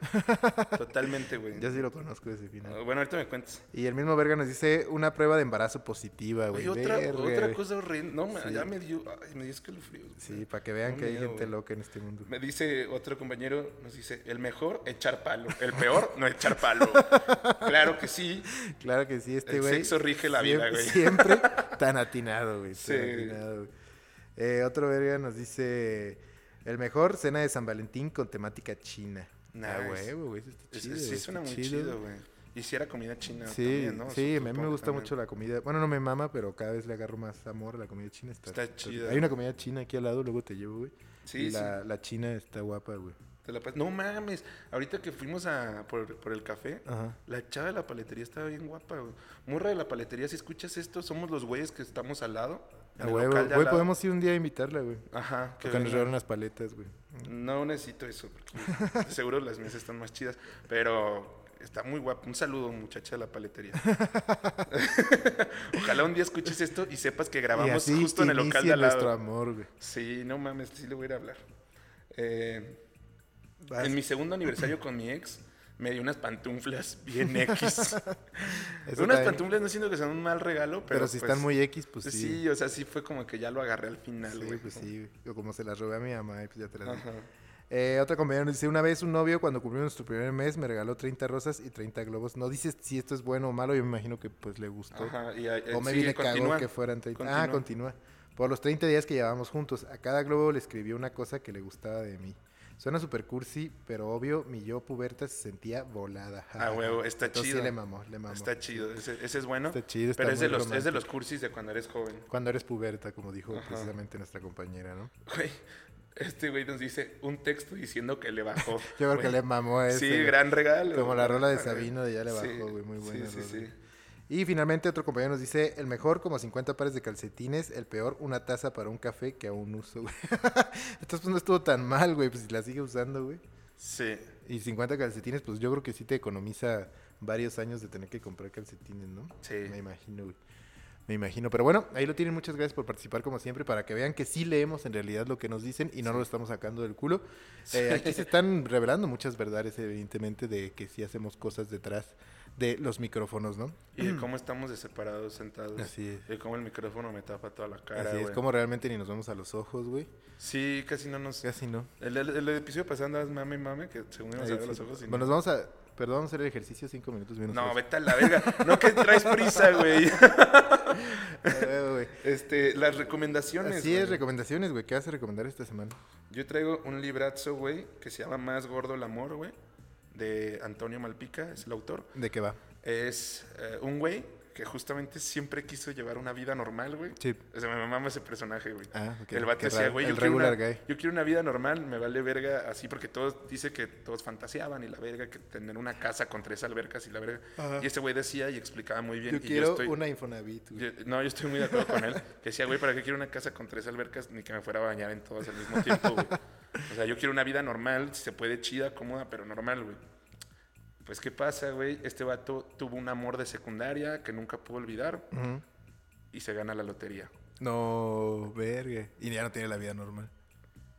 Totalmente, güey. Yo sí lo conozco ese final. Ah, Bueno, ahorita me cuentas. Y el mismo verga nos dice una prueba de embarazo positiva, güey. Oye, otra, Verga, otra güey. cosa horrible. No, ma- Sí. ya me dio, ay, me dio escalofríos. güey. Sí, para que vean No que hay miedo, gente güey. loca en este mundo. Me dice otro compañero, nos dice, el mejor, echar palo. El peor, no echar [LAUGHS] palo. claro que sí. Claro que sí, este El güey. sexo rige la vida, siempre- güey. [LAUGHS] Siempre tan atinado, güey. tan Sí. atinado, güey. Eh, otro verga nos dice: El mejor cena de San Valentín con temática china. Ah, Nice. huevo, güey. eso está Es- chido, sí, güey, suena está muy chido, güey. Y si era comida china Sí, también, ¿no? sí, a mí me Supongo gusta también. mucho la comida. Bueno, no me mama, pero cada vez le agarro más amor a la comida china. Está, Está chida, Hay una güey. comida china aquí al lado, luego te llevo, güey. y Sí, sí. la, la china está guapa, güey. Te la pas- No mames, ahorita que fuimos a por, por el café, Ajá. la chava de la paletería estaba bien guapa, güey. Morra de la paletería, si escuchas esto, somos los güeyes que estamos al lado. en A el huevo. local de al Güey, lado. podemos ir un día a invitarla, güey. Ajá, que Porque nos venga. llevaron las paletas, güey. No necesito eso, [LAUGHS] porque seguro las mesas están más chidas, pero está muy guapa. Un saludo, muchacha de la [LAUGHS] paletería. [LAUGHS] Ojalá un día escuches esto y sepas que y grabamos así justo en el local de inicia al lado. nuestro amor, güey. Sí, no mames, sí le voy a ir a hablar. Eh, Vas. En mi segundo aniversario con mi ex, me dio unas pantuflas [LAUGHS] bien X. Eso unas también. pantuflas no siento que sean un mal regalo, pero. Pero, si están pues, muy X, pues sí. sí. o sea, sí fue como que ya lo agarré al final, Sí, güey. pues sí, güey. Yo como se las robé a mi mamá y pues ya te las di. Ajá. Eh, otra compañera nos dice, una vez un novio cuando cumplimos nuestro primer mes me regaló 30 rosas y 30 globos. No dices si esto es bueno o malo, yo me imagino que pues le gustó. Ajá. Y, eh, O me sigue, viene cagó continúa. que fueran 30. Ah, Continúa. continúa. Por los 30 días que llevábamos juntos, a cada globo le escribió una cosa que le gustaba de mí. Suena super cursi, pero obvio, mi yo puberta se sentía volada. Ah, huevo, está Entonces, chido. Sí, le mamó, le mamó. Está chido, ese, ese es bueno. Está chido, Este está pero es de, muy los, es de los cursis de cuando eres joven. [LAUGHS] Cuando eres puberta, como dijo Ajá. precisamente nuestra compañera, ¿no? Güey, este güey nos dice un texto diciendo que le bajó. [LAUGHS] Yo creo que Güey, le mamó a ese. Sí, güey. gran regalo. Como la rola de Ajá, güey. Sabino de Ya le Sí, bajó, güey, muy buena Sí, sí, rola. sí. Y finalmente otro compañero nos dice, el mejor como 50 pares de calcetines, el peor una taza para un café que aún uso, güey. [LAUGHS] Entonces pues no estuvo tan mal, güey, pues si la sigue usando, güey. Sí. Y 50 calcetines, pues yo creo que sí te economiza varios años de tener que comprar calcetines, ¿no? Sí. Me imagino, güey. Me imagino. Pero bueno, ahí lo tienen. Muchas gracias por participar, como siempre, para que vean que sí leemos en realidad lo que nos dicen y no lo estamos sacando del culo. Eh, aquí se están revelando muchas verdades, evidentemente, de que sí hacemos cosas detrás de los micrófonos, ¿no? Y de cómo estamos de separados sentados. Mm. Así es. De cómo el micrófono me tapa toda la cara. Así es, güey. como realmente ni nos vemos a los ojos, güey. Sí, casi no nos. Casi no. El, el- el episodio pasado andabas mame, mame, que según íbamos a Ahí ver sí. los ojos. y Bueno, nos no. vamos a. Perdón, hacer el ejercicio cinco minutos menos. No, tres. vete a la verga. No que traes prisa, [LAUGHS] güey. Ah, güey. Este, las recomendaciones. Así es, güey. recomendaciones, güey. ¿Qué vas a recomendar esta semana? Yo traigo un librazo, güey, que se llama Más Gordo el Amor, güey, de Antonio Malpica, es el autor. ¿De qué va? Es eh, un güey que justamente siempre quiso llevar una vida normal, güey. Sí. O sea, me mama ese personaje, güey. Ah, ok. El vato Qué decía, raro. güey, yo, El quiero una- regular guy. yo quiero una vida normal, me vale verga así, porque todos, dice que todos fantaseaban y la verga, que tener una casa con tres albercas y la verga. Y ese güey decía y explicaba muy Yo bien. y quiero estoy- una Infonavit, güey. yo- no, yo estoy muy de acuerdo con él. Que decía, güey, ¿para qué quiero una casa con tres albercas ni que me fuera a bañar en todas al mismo tiempo, güey? O sea, yo quiero una vida normal, si se puede, chida, cómoda, pero normal, güey. Pues, ¿qué pasa, güey? Este vato tuvo un amor de secundaria que nunca pudo olvidar Ujú. y se gana la lotería. No, verga. Y ya no tiene la vida normal.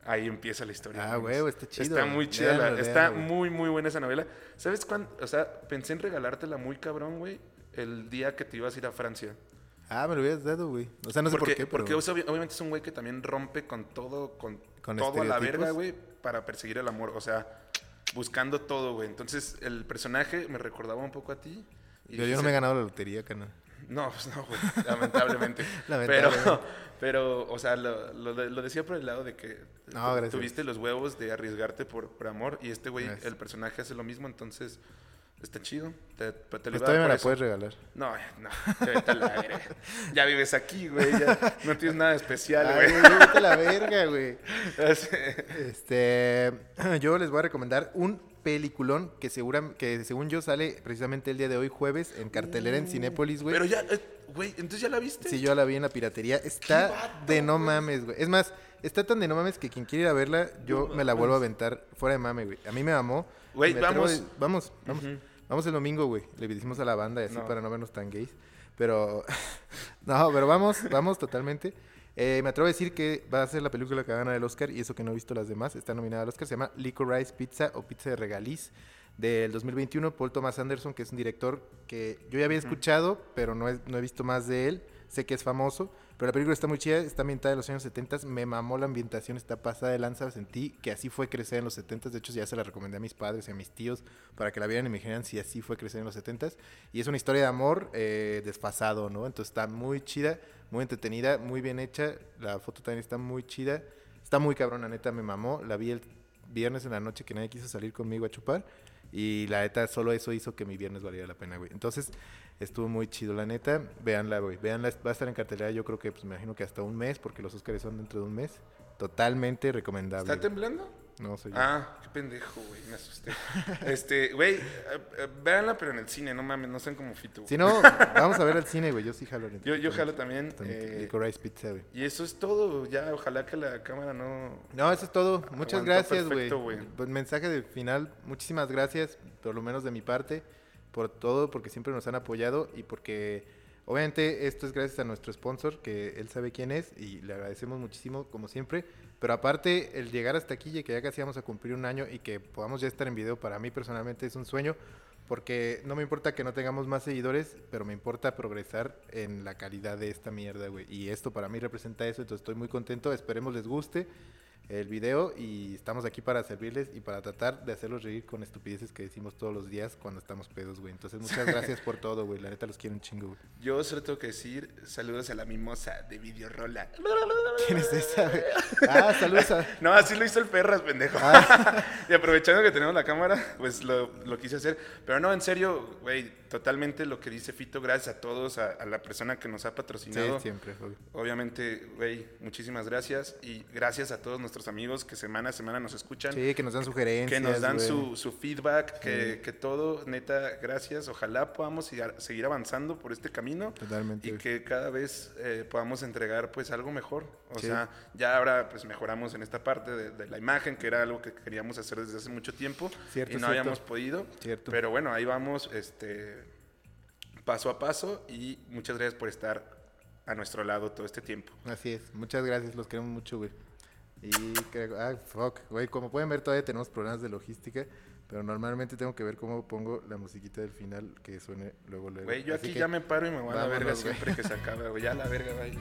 Ahí empieza la historia. Ah, güey. huevo, está chido. Está muy chida. Léanlo, la- está léanlo, güey. muy, muy buena esa novela. ¿Sabes cuándo? O sea, pensé en regalártela muy cabrón, güey, el día que te ibas a ir a Francia. Ah, me lo hubieras dado, güey. O sea, no sé por qué, pero... porque es obvi- obviamente es un güey que también rompe con todo, con, Con todo a la estereotipos. verga, güey, para perseguir el amor. O sea, buscando todo, güey. Entonces, el personaje me recordaba un poco a ti. y Yo, yo no quise- me he ganado la lotería, canal. No, pues no, güey, [LAUGHS] lamentablemente. Pero, Lamentablemente. pero, o sea, lo, lo de- lo decía por el lado de que No, tu- gracias. tuviste los huevos de arriesgarte por, por amor. Y este güey, Gracias. el personaje hace lo mismo, entonces está chido. Te, te lo iba a Pues dar todavía me por la eso. puedes regalar. No, no, te vete a la verga. Ya vives aquí, güey. ya no tienes nada especial, Ay, güey. güey, [LAUGHS] vete a la verga, güey. [LAUGHS] Así- Este, [CLEARS THROAT] yo les voy a recomendar un peliculón que segura, que según yo sale precisamente el día de hoy jueves en cartelera en Cinépolis, güey. Pero ya, eh, güey, entonces ya la viste. Sí, yo la vi en la piratería. Está de no mames, güey. Es más, está tan de no mames que quien quiere ir a verla, yo me la vuelvo a aventar fuera de mame, güey. A mí me amó. Güey, vamos. vamos, vamos. Vamos el domingo, güey. Le pedimos a la banda y así No. para no vernos tan gays. Pero. [LAUGHS] no, pero vamos, vamos totalmente. Eh, me atrevo a decir que va a ser la película que va a ganar el Oscar y eso que no he visto las demás. Está nominada al Oscar. Se llama Licorice Pizza o Pizza de Regaliz del 2021. Paul Thomas Anderson, que es un director que yo ya había escuchado, pero no he, no he visto más de él. Sé que es famoso, pero la película está muy chida. Está ambientada en los años 70. Me mamó la ambientación. Está pasada de lanza. Sentí que así fue crecer en los 70. De hecho, ya se la recomendé a mis padres y a mis tíos para que la vieran y me dijeran si así fue crecer en los 70. Y es una historia de amor eh, desfasado, ¿no? Entonces está muy chida, muy entretenida, muy bien hecha. La foto también está muy chida. Está muy cabrona, neta, me mamó. La vi el viernes en la noche que nadie quiso salir conmigo a chupar. Y la neta, solo eso hizo que mi viernes valiera la pena, güey. Entonces, estuvo muy chido, la neta. Véanla, güey. Véanla, va a estar en cartelera, yo creo que, pues, me imagino que hasta un mes, porque los Óscares son dentro de un mes. Totalmente recomendable. ¿Está temblando? No, soy yo. Ah, qué pendejo, güey, me asusté. [LAUGHS] Este, güey, eh, eh, véanla, pero en el cine, no mames, no sean como Fito. güey. Si no, vamos a ver al cine, güey. Yo sí jalo. neta, Yo, yo totalmente. jalo también. Totalmente. eh, Licorice Pizza, güey. y eso es todo, ya, ojalá que la cámara no... No, eso es todo. Muchas Aguantó gracias, güey. perfecto, güey. Pues, Mensaje de final. Muchísimas gracias, por lo menos de mi parte, por todo, porque siempre nos han apoyado y porque obviamente esto es gracias a nuestro sponsor, que él sabe quién es y le agradecemos muchísimo, como siempre. Pero aparte, el llegar hasta aquí y que ya casi vamos a cumplir un año y que podamos ya estar en video, para mí personalmente es un sueño. Porque no me importa que no tengamos más seguidores, pero me importa progresar en la calidad de esta mierda, güey. Y esto para mí representa eso, entonces estoy muy contento. Esperemos les guste el video y estamos aquí para servirles y para tratar de hacerlos reír con estupideces que decimos todos los días cuando estamos pedos, güey. Entonces, muchas gracias por todo, güey. La neta los quiero un chingo, güey. Yo solo tengo que decir saludos a la mimosa de Videorola. ¿Quién es esa, güey? Ah, saludos a... No, así lo hizo el perras, pendejo. Ah. [LAUGHS] y aprovechando que tenemos la cámara, pues lo, lo quise hacer. Pero no, en serio, güey, totalmente lo que dice Fito, gracias a todos, a, a la persona que nos ha Sí, patrocinado. siempre, obvio. Obviamente, güey, muchísimas gracias. Y gracias a todos nuestros amigos que semana a semana nos escuchan. Sí, que nos dan sugerencias, Que nos dan güey. su, su feedback, que, que todo, neta, gracias. Ojalá podamos siga- seguir avanzando por este camino. Totalmente, Y güey. que cada vez eh, podamos entregar pues algo mejor. O Sí. sea, ya ahora pues mejoramos en esta parte de, de la imagen, que era algo que queríamos hacer desde hace mucho tiempo. Cierto, y cierto. no habíamos podido. Cierto. Pero bueno, ahí vamos este, paso a paso y muchas gracias por estar a nuestro lado todo este tiempo. Así es. Muchas gracias, los queremos mucho, güey. Y creo, ah, fuck, güey, como pueden ver todavía tenemos problemas de logística, pero normalmente tengo que ver cómo pongo la musiquita del final que suene luego luego. Güey, yo Así aquí que- ya me paro y me voy a la verga vámonos, güey. siempre que se acaba, güey. Ya la verga, güey.